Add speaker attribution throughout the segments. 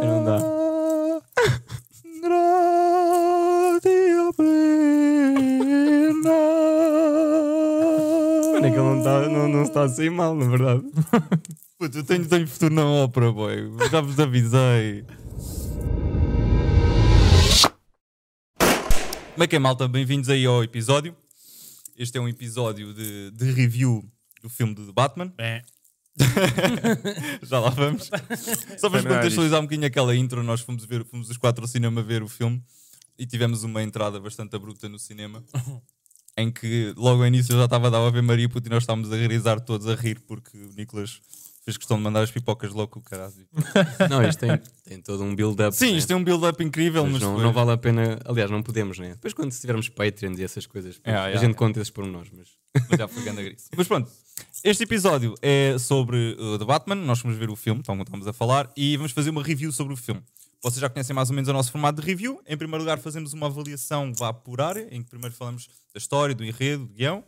Speaker 1: Não dá.
Speaker 2: Mano,
Speaker 1: Mano, é que ele não, tá, não, não está assim mal, na verdade.
Speaker 2: Puto, eu tenho, tenho futuro na ópera, boy. Já vos avisei. Como é que é, malta? Bem-vindos aí ao episódio. Este é um episódio de, de review do filme do Batman. Já lá vamos. Só para
Speaker 3: Também há
Speaker 2: contextualizar um bocadinho aquela intro, nós fomos, ver, fomos os quatro ao cinema ver o filme e tivemos uma entrada bastante abrupta no cinema. Em que logo ao início eu já estava a dar o Ave Maria puto, e nós estávamos a realizar todos a rir porque o Nicolas fez questão de mandar as pipocas logo com o caralho.
Speaker 1: Não, isto tem, tem todo um build-up.
Speaker 2: Sim,
Speaker 1: né?
Speaker 2: isto é um build-up incrível,
Speaker 1: Mas
Speaker 2: mas,
Speaker 1: não,
Speaker 2: foi-
Speaker 1: não vale a pena. Aliás, não podemos, né? Depois, quando tivermos Patreons e essas coisas,
Speaker 2: É,
Speaker 1: pronto,
Speaker 2: é,
Speaker 1: a gente
Speaker 2: é.
Speaker 1: conta esses pormenores. Mas...
Speaker 2: mas já foi grande gris. Mas pronto, este episódio é sobre uh, The Batman. Nós vamos ver o filme, então estamos a falar, e vamos fazer uma review sobre o filme. Vocês já conhecem mais ou menos o nosso formato de review. Em primeiro lugar, fazemos uma avaliação vá por área, em que primeiro falamos da história, do enredo, do guião,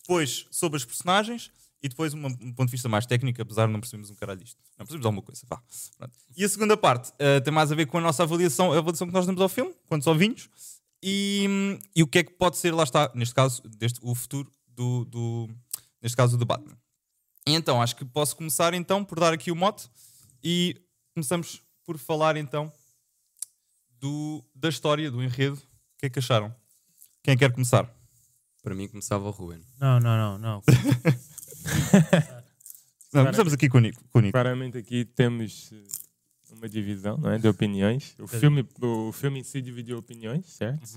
Speaker 2: depois sobre as personagens e depois uma- um ponto de vista mais técnico, apesar de não percebermos um caralho disto. Não percebemos alguma coisa, vá. Pronto. E a segunda parte eh, tem mais a ver com a nossa avaliação, a avaliação que nós damos ao filme, quantos ovinhos, e, hum, e o que é que pode ser, lá está, neste caso, deste, o futuro do, do- neste caso, do Batman. E então, acho que posso começar então por dar aqui o mote e começamos por falar então do, da história, do enredo. O que é que acharam? Quem quer começar?
Speaker 1: Para mim, começava o Ruben.
Speaker 3: Não, não, não, não.
Speaker 2: Não, começamos aqui com o Nico. Com o Nico.
Speaker 3: Claramente aqui temos eh, uma divisão não é, de opiniões.
Speaker 4: Uhum.
Speaker 3: O filme, o filme em si dividiu opiniões, certo?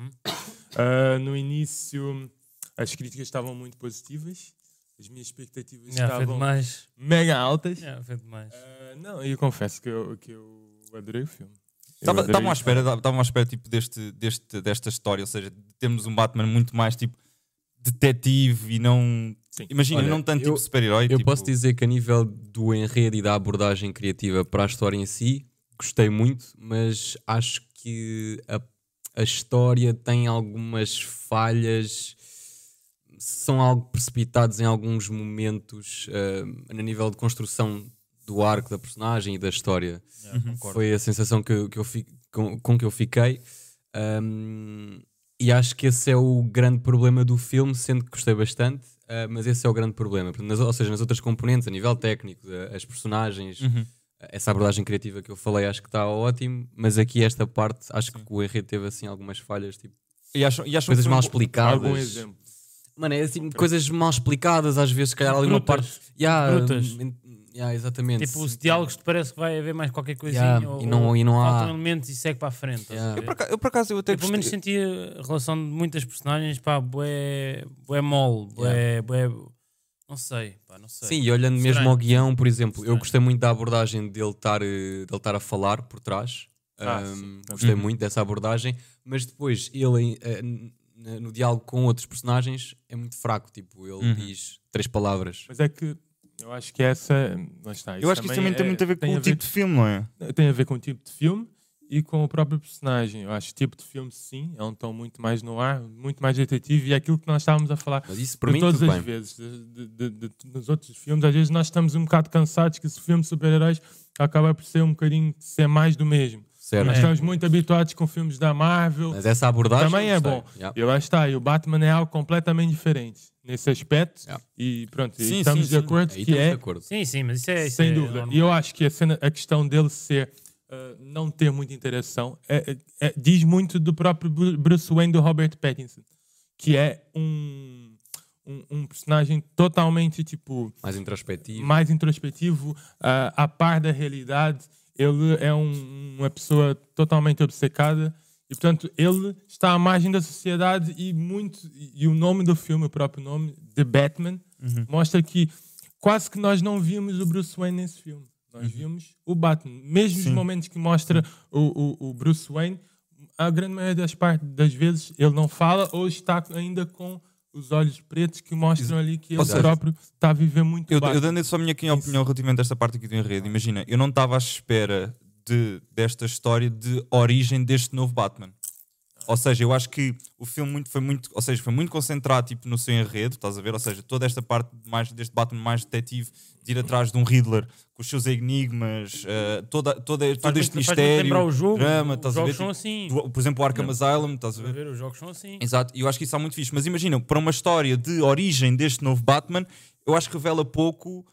Speaker 3: Ah, no início, as críticas estavam muito positivas. As minhas expectativas
Speaker 4: Yeah, foi
Speaker 3: estavam
Speaker 4: demais.
Speaker 3: mega altas.
Speaker 4: Yeah, foi demais.
Speaker 3: Ah, não, e eu confesso que eu, que eu adorei o filme. Eu
Speaker 2: Estava-
Speaker 3: adorei
Speaker 2: Estavam à
Speaker 3: o
Speaker 2: espera, estavam à espera tipo, deste, deste, desta história, ou seja, de termos um Batman muito mais tipo detetive e não.
Speaker 3: Sim.
Speaker 2: Imagina,
Speaker 1: Olha,
Speaker 2: não tanto
Speaker 1: eu-
Speaker 2: tipo super-herói.
Speaker 1: Eu
Speaker 2: tipo,
Speaker 1: posso dizer que a nível do enredo e da abordagem criativa para a história em si, gostei muito, mas acho que a, a história tem algumas falhas, são algo precipitados em alguns momentos, ah, no nível de construção do arco da personagem e da história. Foi a sensação que, eu- que eu fi- com, com que eu fiquei. Um, e acho que esse é o grande problema do filme, sendo que gostei bastante, uh, mas esse é o grande problema. Portanto, nas- ou seja, nas outras componentes, a nível técnico, a- as personagens,
Speaker 2: Uhum.
Speaker 1: ah, essa abordagem criativa que eu falei, acho que está ótimo, mas aqui esta parte, acho que o enredo teve assim algumas falhas, tipo,
Speaker 2: E acham, e acham
Speaker 1: coisas
Speaker 2: que foi
Speaker 1: mal
Speaker 2: um-
Speaker 3: filme.
Speaker 1: explicadas.
Speaker 3: Algum exemplo.
Speaker 1: Mano, é assim, coisas mal explicadas, às vezes, se calhar ali uma
Speaker 4: Brutas.
Speaker 1: parte. Yeah,
Speaker 4: Brutas.
Speaker 1: men- yeah, exatamente.
Speaker 4: Tipo, os diálogos te parece que vai haver mais qualquer coisinha
Speaker 1: Yeah,
Speaker 4: ou,
Speaker 1: e não- e não há-
Speaker 4: faltam elementos e segue para a frente. estás
Speaker 1: Yeah.
Speaker 4: a ver?
Speaker 2: Eu por acaso eu, por acaso, eu até
Speaker 4: Eu, pelo menos
Speaker 2: gostei-
Speaker 4: senti a relação de muitas personagens, pá, bué, bué mole, bué, bué, não sei, pá, não sei.
Speaker 1: Sim, e olhando mesmo
Speaker 4: Estranho.
Speaker 1: ao guião, por exemplo, eu
Speaker 4: Estranho.
Speaker 1: gostei muito da abordagem dele estar, eh, dele estar a falar por trás.
Speaker 3: Ah,
Speaker 1: Ahm,
Speaker 3: sim.
Speaker 2: Uhum.
Speaker 1: gostei muito dessa abordagem, mas depois ele eh, n- n- no diálogo com outros personagens é muito fraco. Tipo, ele
Speaker 2: Uhum.
Speaker 1: diz três palavras.
Speaker 3: Mas é que eu acho que essa. Lá está,
Speaker 2: Eu acho que isso também tem
Speaker 3: é-
Speaker 2: muito a ver com
Speaker 3: tem
Speaker 2: o tipo de filme, não é?
Speaker 3: tem a ver com o tipo de filme e com o próprio personagem. Eu acho que o tipo de filme, sim, é um tom muito mais no ar, muito mais detetive e é aquilo que nós estávamos a falar.
Speaker 1: Mas
Speaker 3: De
Speaker 1: isso, para mim,
Speaker 3: todas
Speaker 1: tudo
Speaker 3: as
Speaker 1: bem.
Speaker 3: vezes, de- de- de- de- nos outros filmes, às vezes nós estamos um bocado cansados que esse filme de super-heróis acaba por ser um bocadinho de ser mais do mesmo.
Speaker 1: Certo.
Speaker 3: Nós
Speaker 4: É.
Speaker 3: estamos muito habituados com filmes da Marvel,
Speaker 1: Mas essa abordagem
Speaker 3: também é
Speaker 1: gostei.
Speaker 3: bom.
Speaker 1: Yeah.
Speaker 3: E lá está, e o Batman é algo completamente diferente nesse aspecto.
Speaker 1: Yeah.
Speaker 3: E pronto, e
Speaker 2: Sim, sim,
Speaker 3: estamos de
Speaker 2: sim.
Speaker 3: acordo
Speaker 1: Aí
Speaker 3: que
Speaker 1: estamos
Speaker 3: é
Speaker 1: de acordo.
Speaker 4: sim, sim, mas isso é. isso
Speaker 3: sem
Speaker 4: é
Speaker 3: dúvida.
Speaker 4: normal.
Speaker 3: E eu acho que a, cena- a questão dele ser ah, não ter muita interação é- é- é- diz muito do próprio Bru- Bruce Wayne do Robert Pattinson, que é um, um, um personagem totalmente tipo
Speaker 1: Mais introspectivo.
Speaker 3: mais introspectivo, ah, à par da realidade. Ele é um- uma pessoa totalmente obcecada e, portanto, ele está à margem da sociedade e muito. E o nome do filme, o próprio nome, The Batman,
Speaker 2: Uhum.
Speaker 3: mostra que quase que nós não vimos o Bruce Wayne nesse filme.
Speaker 2: Uhum.
Speaker 3: Nós vimos o Batman. Mesmo os momentos que mostra o, o- o Bruce Wayne, a grande maioria das, partes, das vezes ele não fala ou está ainda com os olhos pretos que mostram ali que
Speaker 2: Ou
Speaker 3: ele
Speaker 2: seja,
Speaker 3: próprio está a viver muito
Speaker 2: Eu,
Speaker 3: Batman.
Speaker 2: eu dando só a minha aqui opinião relativamente a esta parte aqui do
Speaker 4: Ah.
Speaker 2: enredo. Imagina, eu não estava à espera de, desta história de origem deste novo Batman. Ou seja, eu acho que o filme muito, foi muito, ou seja, foi muito concentrado tipo, no seu enredo, estás a ver? Ou seja, toda esta parte mais deste Batman mais detetive, de ir atrás de um Riddler com os seus enigmas, eh, toda, toda, todo este
Speaker 4: faz-me
Speaker 2: mistério,
Speaker 4: lembrar o jogo.
Speaker 2: drama,
Speaker 4: Os
Speaker 2: estás a
Speaker 4: jogos
Speaker 2: ver? tipo,
Speaker 4: são assim.
Speaker 2: do- por exemplo, o Arkham Asylum, estás a
Speaker 4: Estás a
Speaker 2: ver?
Speaker 4: ver? Os jogos são assim.
Speaker 2: Exato, e eu acho que isso é muito fixe. Mas imagina, para uma história de origem deste novo Batman, eu acho que revela pouco.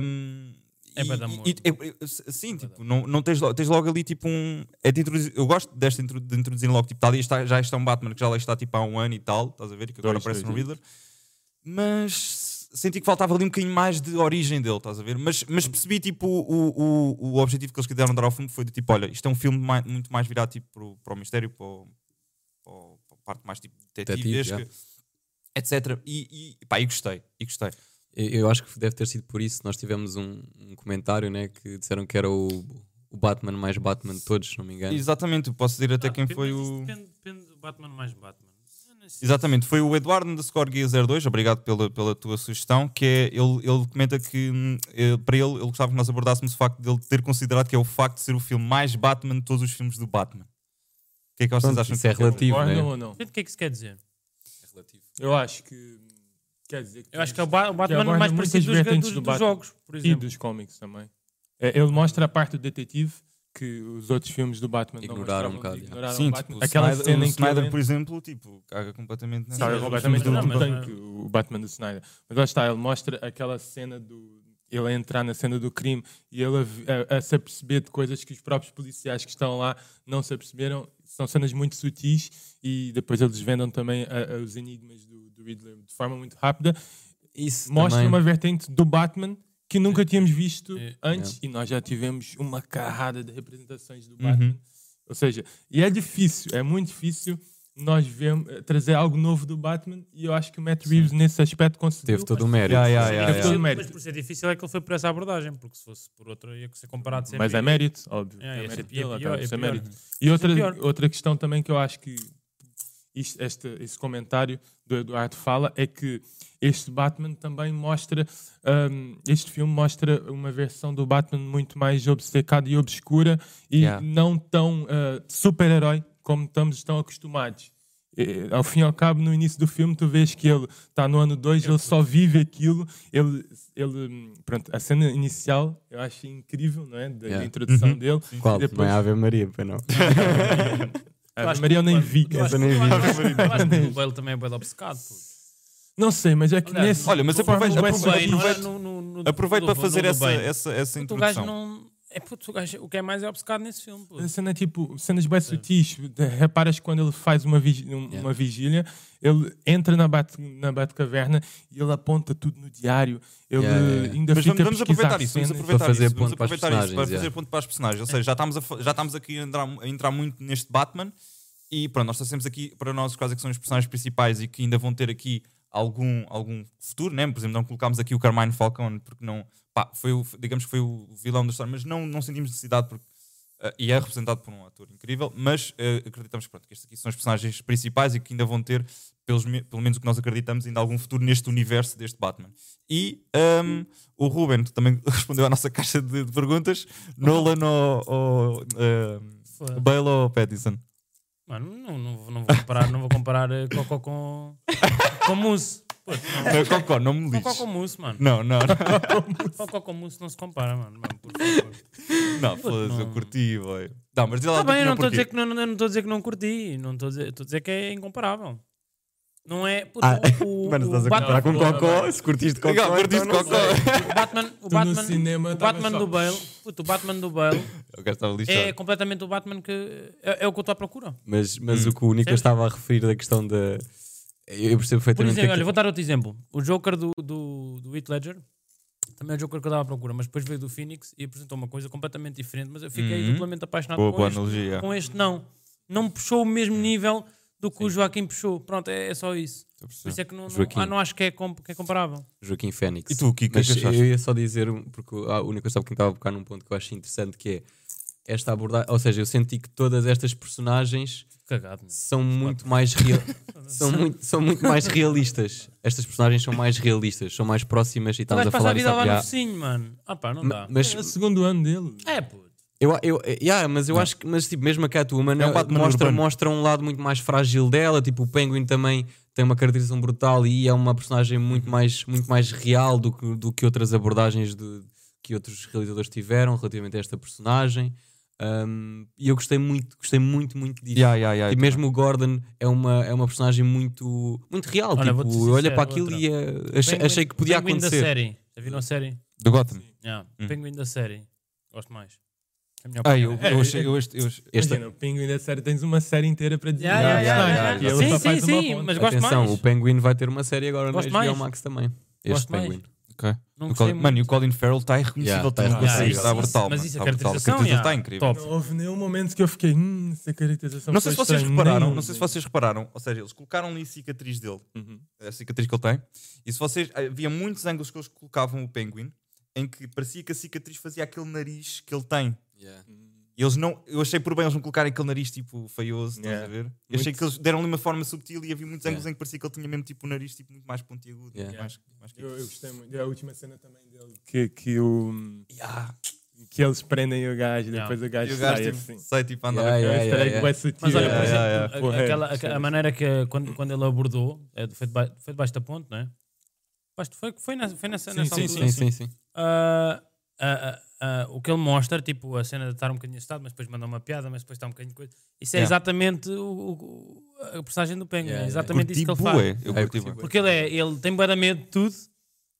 Speaker 2: hum,
Speaker 4: É
Speaker 2: e-
Speaker 4: para dar
Speaker 2: e-
Speaker 4: morte.
Speaker 2: e- é- é- Sim, tipo, não, não tens, logo, tens logo ali tipo um. É de introduzir, eu gosto desta intro- de introduzir logo, tipo, tá ali, está, já está um Batman que já lá está tipo há um ano e tal, estás a ver? Que agora
Speaker 3: Dois,
Speaker 2: aparece
Speaker 3: dois
Speaker 2: no Riddler. Mas senti que faltava ali um bocadinho mais de origem dele, estás a ver? Mas, mas percebi tipo o, o, o objetivo que eles quiseram dar ao filme foi de tipo: olha, isto é um filme mai- muito mais virado tipo, para, o, para o mistério, para, o- para o- para a parte mais tipo detetivesca,
Speaker 1: Detetive,
Speaker 2: etc. E, e pá, e gostei, e gostei.
Speaker 1: Eu, eu acho que deve ter sido por isso. Nós tivemos um, um comentário né, que disseram que era o, o Batman mais Batman de todos, se não me engano.
Speaker 2: Exatamente, eu posso dizer até
Speaker 4: Ah,
Speaker 2: quem
Speaker 4: depende-
Speaker 2: foi
Speaker 4: mas isso
Speaker 2: o.
Speaker 4: Depende, depende do Batman mais Batman. Eu não sei.
Speaker 2: Exatamente, foi o Eduardo underscore guia 02, obrigado pela, pela tua sugestão, que é, ele, ele comenta que hum, eh, para ele, ele gostava que nós abordássemos o facto de ele ter considerado que é o facto de ser o filme mais Batman de todos os filmes do Batman. O que é que vocês
Speaker 1: Pronto,
Speaker 2: acham
Speaker 1: isso
Speaker 2: que
Speaker 1: é
Speaker 2: que
Speaker 1: relativo. Tive,
Speaker 3: Concordam
Speaker 1: né?
Speaker 3: ou não?
Speaker 4: Depende do que é que isso quer dizer.
Speaker 3: Eu acho que. Quer dizer
Speaker 4: Eu acho que é o Ba- o Batman
Speaker 3: aborda
Speaker 4: mais
Speaker 3: muitas
Speaker 4: parecido dos,
Speaker 3: vertentes
Speaker 4: dos,
Speaker 3: do
Speaker 4: dos
Speaker 3: Batman.
Speaker 4: jogos, por
Speaker 3: E
Speaker 4: exemplo.
Speaker 3: dos cómics também. É, Ele mostra a parte do detetive que os outros filmes do Batman não
Speaker 1: Ignoraram
Speaker 3: mostravam,
Speaker 1: um bocado,
Speaker 3: ignoraram
Speaker 2: Sim,
Speaker 3: o
Speaker 2: tipo,
Speaker 3: Batman.
Speaker 2: o
Speaker 3: Aquela
Speaker 2: Snyder,
Speaker 3: cena
Speaker 2: o
Speaker 3: em que ele
Speaker 2: Snyder,
Speaker 3: entra-
Speaker 2: por exemplo, tipo, caga completamente nessa-
Speaker 3: Sabe,
Speaker 4: Sim,
Speaker 3: é
Speaker 4: mas
Speaker 3: completamente
Speaker 4: não,
Speaker 3: não,
Speaker 4: mas-
Speaker 3: o Batman do Snyder. Mas lá está, ele mostra aquela cena do. Ele a entrar na cena do crime e ele a vi- a, a se aperceber de coisas que os próprios policiais que estão lá não se aperceberam. São cenas muito sutis e depois eles vendam também a- a- os enigmas do, do Riddler de forma muito rápida.
Speaker 1: Isso
Speaker 3: Mostra
Speaker 1: também.
Speaker 3: uma vertente do Batman que nunca tínhamos visto
Speaker 4: É.
Speaker 3: antes
Speaker 1: Yeah.
Speaker 3: e nós já tivemos uma carrada de representações
Speaker 4: Uhum.
Speaker 3: do Batman. Ou seja, e é difícil, é muito difícil nós vermos, eh, trazer algo novo do Batman e eu acho que o Matt Reeves nesse aspecto conseguiu.
Speaker 1: Teve todo o mérito.
Speaker 2: Ya, ya, ya,
Speaker 3: Teve
Speaker 2: ya.
Speaker 3: todo o
Speaker 4: Mas
Speaker 3: mérito.
Speaker 4: por ser difícil é que ele foi por essa abordagem, porque se fosse por outra ia ser comparado sempre.
Speaker 3: Mas é mérito, óbvio.
Speaker 4: É,
Speaker 3: É,
Speaker 4: esse
Speaker 3: mérito
Speaker 4: é pior,
Speaker 3: dele,
Speaker 4: é pior,
Speaker 3: acaba por ser
Speaker 4: é pior.
Speaker 3: mérito. E outra,
Speaker 4: é pior.
Speaker 3: outra questão também que eu acho que isto- este, esse comentário do Eduardo fala é que este Batman também mostra, hum, este filme mostra uma versão do Batman muito mais obcecada e obscura e
Speaker 2: Yeah.
Speaker 3: não tão ah, super-herói como estamos estão acostumados. Eh, Ao fim e ao cabo, no início do filme, tu vês que ele está no ano 2, ele só vive aquilo. Ele, ele, hum, pronto, a cena inicial eu acho incrível, não é? Da, da
Speaker 1: Yeah.
Speaker 3: introdução dele.
Speaker 1: Qual? Depois...
Speaker 3: E depois,
Speaker 1: Não é Ave Maria, pois não.
Speaker 3: a Ave Maria eu nem vi.
Speaker 4: Eu acho
Speaker 1: Essa nem
Speaker 4: que-
Speaker 1: vi.
Speaker 4: eu acho que- eu acho que o Bale também é bem obcecado. puto.
Speaker 3: Não sei, mas é que
Speaker 4: Aliás,
Speaker 3: nesse.
Speaker 2: olha, mas
Speaker 3: de forma
Speaker 2: aproveita-
Speaker 3: do
Speaker 2: aproveita-
Speaker 3: Wes
Speaker 4: O Bale
Speaker 3: Anderson-
Speaker 4: não era
Speaker 2: aproveito-
Speaker 4: no- no- no-
Speaker 2: Aproveito
Speaker 4: no-
Speaker 2: para
Speaker 4: no-
Speaker 2: fazer
Speaker 4: no
Speaker 2: essa,
Speaker 4: Bale.
Speaker 2: essa, essa
Speaker 4: Puto, O gajo
Speaker 2: introdução.
Speaker 4: não. É puto, o gajo. O que é mais é obcecado nesse filme. puto.
Speaker 3: A cena é tipo, cenas bem sutis. De- Reparas que quando ele faz uma, vigi- um-
Speaker 2: É.
Speaker 1: Yeah.
Speaker 3: uma vigília, ele entra na, bat, na Batcaverna e ele aponta tudo no diário. Ele
Speaker 1: Yeah, yeah, yeah.
Speaker 3: ainda
Speaker 2: Mas
Speaker 3: fica
Speaker 2: vamos,
Speaker 3: a
Speaker 2: vamos aproveitar
Speaker 3: pesquisar
Speaker 2: isso, vamos
Speaker 3: cenas.
Speaker 2: aproveitar
Speaker 1: Para fazer
Speaker 2: isso, vamos
Speaker 1: ponto para as
Speaker 2: aproveitar isso para
Speaker 1: personagens,
Speaker 2: fazer
Speaker 1: é.
Speaker 2: ponto para as personagens. Ou seja, já estamos, a, fa- já estamos aqui a entrar, a entrar muito neste Batman e pronto, nós trazemos aqui para nós quais é que são os personagens principais e que ainda vão ter aqui algum, algum futuro, né? Por exemplo, não colocámos aqui o Carmine Falcone porque não, pá, foi o, digamos que foi o vilão da história, mas não, não sentimos necessidade porque eh, e é representado por um ator incrível, mas eh, acreditamos pronto, que estes aqui são os personagens principais e que ainda vão ter, pelos, me- pelo menos o que nós acreditamos, ainda algum futuro neste universo deste Batman. E ehm, o Ruben que também respondeu à nossa caixa de, de perguntas: Nolan ou, ou ehm,
Speaker 4: Foi.
Speaker 2: Bale ou Pattinson?
Speaker 4: Mano, não, não, vou- não vou comparar, não vou comparar eh, Cocó com. com mousse. Puto, não.
Speaker 2: Não, Cocó, não me
Speaker 4: Cocó com
Speaker 2: lixes.
Speaker 4: mousse, mano.
Speaker 2: Não, não, não,
Speaker 4: Cocó com mousse não se compara, mano. mano por favor.
Speaker 2: não, foda-se, eu
Speaker 4: não.
Speaker 2: curti, boy. Não, mas diz lá
Speaker 4: Tá
Speaker 2: a tua
Speaker 4: bem, eu não
Speaker 2: opinião
Speaker 4: estou a dizer
Speaker 2: porquê.
Speaker 4: que não, não, não tô a dizer que não curti. Não estou a dizer, tô a dizer que é incomparável. Não é. puto,
Speaker 1: Ah,
Speaker 4: o, o-
Speaker 1: Mano, estás
Speaker 4: o é
Speaker 1: a comparar
Speaker 4: Batman,
Speaker 1: com Cocó, se curtiste Cocó.
Speaker 2: Legal, curtiste
Speaker 1: então não
Speaker 2: Cocó.
Speaker 4: o Batman, o
Speaker 3: Tu no
Speaker 4: Batman,
Speaker 3: cinema
Speaker 4: o
Speaker 3: tava
Speaker 4: Batman
Speaker 3: só-
Speaker 4: do Bale, puto, o Batman do Bale
Speaker 2: O gajo estava lixado.
Speaker 4: é completamente o Batman que é, é o que eu estou à procura.
Speaker 1: Mas, mas o que o
Speaker 4: Percebes?
Speaker 1: Nicolas estava a referir da questão da. Eu
Speaker 4: Por
Speaker 1: percebo perfeitamente. é
Speaker 4: exemplo,
Speaker 1: aquilo-
Speaker 4: olha, vou dar outro exemplo. O Joker do, do, do Heath Ledger também é o Joker que eu estava à procura, mas depois veio do Phoenix e apresentou uma coisa completamente diferente. Mas eu fiquei
Speaker 2: Uhum.
Speaker 4: duplamente apaixonado
Speaker 2: Boa,
Speaker 4: com
Speaker 2: boa
Speaker 4: este.
Speaker 2: analogia.
Speaker 4: com este não. Não puxou o mesmo nível do que o Joaquim puxou. Pronto, é, é só isso. Por isso é que não, não,
Speaker 1: Joaquim.
Speaker 4: ah, não acho que é, comp- que é comparável.
Speaker 1: Joaquim Fênix.
Speaker 2: E tu, Kiko, o
Speaker 1: Mas
Speaker 2: que é que achaste?
Speaker 1: eu ia só dizer, um- porque ah, o Nicolas estava a tocar num ponto que eu acho interessante, que é esta abordagem. Ou seja, eu senti que todas estas personagens
Speaker 4: Cagado. meu.
Speaker 1: são muito mais real, são, muito, são muito mais realistas. Estas personagens são mais realistas, são mais próximas e
Speaker 4: Tu
Speaker 1: estamos
Speaker 4: vais
Speaker 1: a
Speaker 4: passar
Speaker 1: falar
Speaker 4: a vida
Speaker 1: isso há-
Speaker 4: lá no
Speaker 1: Já.
Speaker 4: focinho, mano. Ah pá, não
Speaker 1: Ma-
Speaker 4: dá.
Speaker 1: Mas
Speaker 3: É o segundo ano dele.
Speaker 4: É, puto.
Speaker 1: Eu, eu, eh, yeah, mas eu acho que, mas tipo, mesmo a Catwoman
Speaker 2: É um
Speaker 1: eh,
Speaker 2: Batman
Speaker 1: mostra,
Speaker 2: urbano.
Speaker 1: mostra um lado muito mais frágil dela. Tipo, o Penguin também tem uma caracterização brutal e é uma personagem muito
Speaker 2: Uhum.
Speaker 1: mais, muito mais real do que, do que outras abordagens de, que outros realizadores tiveram relativamente a esta personagem. Ahm, e eu gostei muito, gostei muito, muito disso.
Speaker 2: Yeah, yeah, yeah,
Speaker 1: e mesmo o Gordon é uma, é uma personagem muito, muito real.
Speaker 4: Olha,
Speaker 1: tipo,
Speaker 4: vou-te ser
Speaker 1: eu olho
Speaker 4: sincero,
Speaker 1: para aquilo
Speaker 4: outra.
Speaker 1: e eh, achei,
Speaker 4: Penguin-
Speaker 1: achei que podia
Speaker 4: Penguin da
Speaker 1: acontecer.
Speaker 4: série. Já viram a série?
Speaker 2: do Gotham.
Speaker 4: Yeah.
Speaker 2: Hum.
Speaker 4: Penguin da série. Gosto mais. É a minha
Speaker 2: Ah, eu,
Speaker 4: opinião.
Speaker 2: eu, achei- eu, achei- eu achei-
Speaker 1: Esta-
Speaker 3: Imagina, o Pinguim da série tens uma série inteira para dizer.
Speaker 4: Yeah, yeah,
Speaker 2: Yeah,
Speaker 4: yeah,
Speaker 2: yeah,
Speaker 4: yeah,
Speaker 2: yeah.
Speaker 4: yeah.
Speaker 3: Ele só
Speaker 4: é, Sim, sim,
Speaker 3: faz uma
Speaker 4: sim,
Speaker 3: ponte.
Speaker 4: mas gosto
Speaker 1: Atenção,
Speaker 4: mais.
Speaker 1: o Penguin vai ter uma série agora
Speaker 4: Gosto
Speaker 1: no HBO
Speaker 4: mais.
Speaker 1: Max também. Este
Speaker 4: Gosto mais.
Speaker 1: Penguin.
Speaker 2: Ok.
Speaker 4: Não
Speaker 2: O
Speaker 4: gostei
Speaker 2: Colin-
Speaker 4: muito.
Speaker 2: Mano, e o Colin Farrell está irreconhecível.
Speaker 1: Yeah,
Speaker 2: Está
Speaker 1: tá
Speaker 2: irreconhecível.
Speaker 1: irreconhecível.
Speaker 2: Está brutal.
Speaker 4: Mas
Speaker 2: mano,
Speaker 4: isso,
Speaker 2: tá
Speaker 4: a
Speaker 2: brutal.
Speaker 4: caracterização,
Speaker 2: caracterização está
Speaker 4: yeah,
Speaker 2: incrível.
Speaker 4: top.
Speaker 3: Não houve nenhum momento que eu fiquei. Hum, essa caracterização
Speaker 2: Não sei se
Speaker 3: foi
Speaker 2: vocês
Speaker 3: estranha."
Speaker 2: repararam,
Speaker 3: Nenhum.
Speaker 2: não sei se vocês repararam, ou seja, eles colocaram ali a cicatriz dele, É a cicatriz que ele tem, e se vocês. Havia muitos ângulos que eles colocavam o Penguin em que parecia que a cicatriz fazia aquele nariz que ele tem. E eles não. Eu achei por bem eles não colocarem aquele nariz tipo feioso, estás
Speaker 3: Yeah.
Speaker 2: a ver? Eu achei
Speaker 1: Muito.
Speaker 2: que eles deram-lhe uma forma subtil e havia muitos ângulos
Speaker 1: Yeah.
Speaker 2: em que parecia que ele tinha mesmo tipo o nariz tipo, muito mais pontiagudo. muito
Speaker 1: Yeah.
Speaker 2: Mais, mais
Speaker 3: Eu, eu gostei muito. É a última cena também dele. Que, que, o, hum,
Speaker 2: Yeah.
Speaker 3: que eles prendem o gajo,
Speaker 4: Yeah.
Speaker 3: depois o
Speaker 2: ah, E
Speaker 3: gajo
Speaker 2: o gajo
Speaker 3: sai
Speaker 2: tipo,
Speaker 3: assim.
Speaker 2: sai tipo a andar
Speaker 1: Yeah,
Speaker 2: a
Speaker 3: Eu
Speaker 1: yeah,
Speaker 3: esperei
Speaker 1: yeah,
Speaker 3: que vai sutil. assim, tipo,
Speaker 4: Mas olha,
Speaker 1: é,
Speaker 2: Yeah,
Speaker 4: por exemplo,
Speaker 2: yeah,
Speaker 4: a-
Speaker 3: Porra,
Speaker 4: aquela-
Speaker 3: gostei
Speaker 4: a,
Speaker 3: disso.
Speaker 4: maneira que quando, quando ele abordou, é, do- foi debaixo foi debaixo da ponte, não é? Baixo- Foi, foi nessa, foi nessa, nessa
Speaker 1: Sim,
Speaker 4: altura.
Speaker 1: sim, sim, sim.
Speaker 4: Ah, ah, ah, ah, o que ele mostra, tipo, a cena de estar um bocadinho assustado, mas depois mandar uma piada, mas depois está um bocadinho de coisa. Isso é
Speaker 2: Yeah.
Speaker 4: exatamente o, o- a personagem do Penguin,
Speaker 1: Yeah,
Speaker 4: é
Speaker 1: yeah.
Speaker 4: exatamente isso que ele faz.
Speaker 2: bué, Eu
Speaker 1: Ah,
Speaker 2: curti
Speaker 1: eu curti
Speaker 2: bué.
Speaker 1: bué.
Speaker 4: Porque ele, é, ele tem bué da medo de tudo,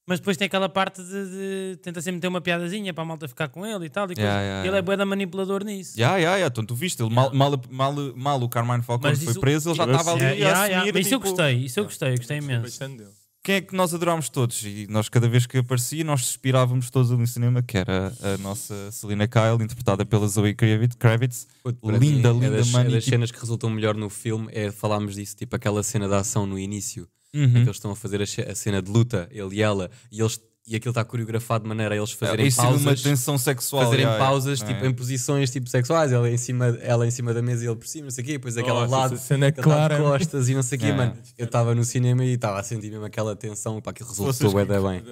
Speaker 4: mas depois tem aquela parte de, de- tenta sempre ter uma piadazinha para a malta ficar com ele e tal. E coisa.
Speaker 2: Yeah, yeah,
Speaker 4: ele
Speaker 2: yeah.
Speaker 4: é bué da manipulador nisso.
Speaker 2: Ya, ya, ya, então tu viste, ele mal, mal, mal, mal o Carmine Falcon
Speaker 4: Mas
Speaker 2: foi
Speaker 4: isso-
Speaker 2: preso, ele já
Speaker 1: tipo,
Speaker 4: Yeah,
Speaker 2: estava ali
Speaker 4: yeah,
Speaker 1: assim,
Speaker 2: a
Speaker 4: yeah,
Speaker 2: assumir.
Speaker 4: Mas isso eu
Speaker 2: tipo,
Speaker 4: gostei, isso eu gostei, eu gostei
Speaker 3: Tipo,
Speaker 4: imenso.
Speaker 3: Bastante dele.
Speaker 2: Quem é que nós adorámos todos? E nós, cada vez que aparecia, nós suspirávamos todos ali no cinema, que era a nossa Selina Kyle, interpretada pela Zoe Kravi- Kravitz.
Speaker 1: Para
Speaker 2: Linda,
Speaker 1: mim, é
Speaker 2: linda,
Speaker 1: das,
Speaker 2: mano,
Speaker 1: É
Speaker 2: e
Speaker 1: das
Speaker 2: tipo-
Speaker 1: cenas que resultam melhor no filme é falarmos disso, tipo aquela cena da ação no início,
Speaker 4: Uhum.
Speaker 1: em que eles estão a fazer a, ce- a cena de luta, ele e ela, e, eles, e aquilo está coreografado de maneira a eles fazerem
Speaker 2: é, Isso era uma
Speaker 1: pausas.
Speaker 2: tensão sexual.
Speaker 1: Fazerem
Speaker 2: ya, ya.
Speaker 1: pausas
Speaker 2: É.
Speaker 1: tipo, em posições tipo, sexuais, ela em, cima, ela em cima da mesa e ele por cima, não sei o quê, depois
Speaker 2: Oh,
Speaker 1: aquela
Speaker 3: Nossa,
Speaker 1: lado,
Speaker 3: essa cena é
Speaker 1: ele tá de
Speaker 3: clara.
Speaker 1: costas e não sei o quê,
Speaker 2: É.
Speaker 1: mano. Eu estava no cinema e estava a sentir mesmo aquela tensão, pá, que resultou
Speaker 2: Vocês-
Speaker 1: bué da bem.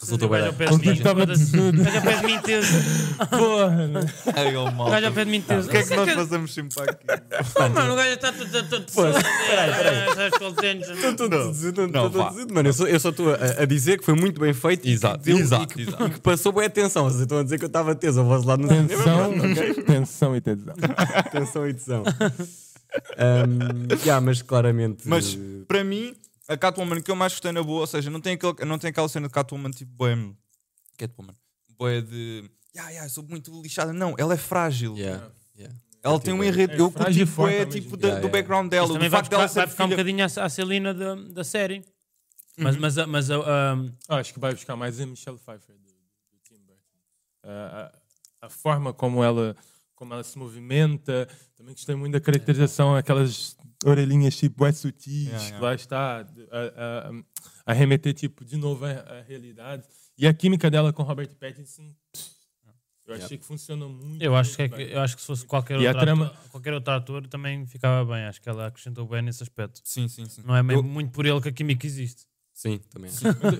Speaker 1: Resultou bem.
Speaker 4: Olha o pé
Speaker 3: Alguém
Speaker 4: de mim,
Speaker 3: estava
Speaker 4: foda-se.
Speaker 3: tesudo.
Speaker 4: Olha o pé de mim teso.
Speaker 3: Porra, né?
Speaker 2: Ai, oh,
Speaker 4: O gajo ao
Speaker 2: malta.
Speaker 4: pé de mim teso.
Speaker 2: O que é que nós fazemos sempre para aqui?
Speaker 4: Ah, mano, o gajo
Speaker 2: tá
Speaker 4: está todo todo- todo-
Speaker 2: né?
Speaker 4: todo-
Speaker 2: Não, não, vá.
Speaker 1: Mano, eu só- eu só estou a, a dizer que foi muito bem feito. Exato, e que deu,
Speaker 2: exato,
Speaker 1: e que,
Speaker 2: exato.
Speaker 1: e que passou boa atenção. Vocês estão a dizer que eu estava teso ao vosso lado no cinema.
Speaker 3: Tensão, tensão e tensão.
Speaker 1: Atenção e tesão. Ahm, yeah, mas claramente.
Speaker 2: Mas
Speaker 1: eh,
Speaker 2: para mim, a Catwoman que eu mais gostei na boa, ou seja, não tem, aquele, não tem aquela cena de Catwoman tipo boé. Catwoman. Boé de. Ya, ya, sou muito lixada. Não, ela é frágil.
Speaker 1: yeah, yeah.
Speaker 2: Ela tem um enredo.
Speaker 3: É
Speaker 2: eu curti
Speaker 3: frágil e
Speaker 2: boé
Speaker 3: forte ao mesmo
Speaker 2: tipo,
Speaker 3: tempo.
Speaker 2: da-
Speaker 1: Ya,
Speaker 2: do
Speaker 1: ya.
Speaker 2: background
Speaker 4: Isto
Speaker 2: dela,
Speaker 4: também
Speaker 2: do
Speaker 4: vai
Speaker 2: facto dela
Speaker 4: buscar, vai
Speaker 2: ser
Speaker 4: buscar um
Speaker 2: filha. Uhum.
Speaker 4: bocadinho à, à Celina da, da série. Mas, mas, a- mas, ah, a- a-
Speaker 3: Ah, Acho que vai buscar mais a Michelle Pfeiffer do, do Tim Burton. Ah, a, a forma como ela, como ela se movimenta. Também gostei muito da caracterização, aquelas orelhinhas tipo é sutis,
Speaker 2: Yeah, yeah.
Speaker 3: que lá está, de- a, a- a remeter tipo, de novo à, à realidade. E a química dela com Robert Pattinson, pff, eu achei que funcionou muito.
Speaker 4: eu, acho que, é
Speaker 3: muito
Speaker 4: que-
Speaker 3: bem.
Speaker 4: eu acho que se fosse qualquer
Speaker 3: E a
Speaker 4: outro,
Speaker 3: trama-
Speaker 4: ator, qualquer outro ator também ficava bem. Acho que ela acrescentou bem nesse aspecto.
Speaker 2: Sim, sim, sim.
Speaker 4: Não é mesmo
Speaker 2: Eu-
Speaker 4: muito por ele que a química existe.
Speaker 1: Sim, também.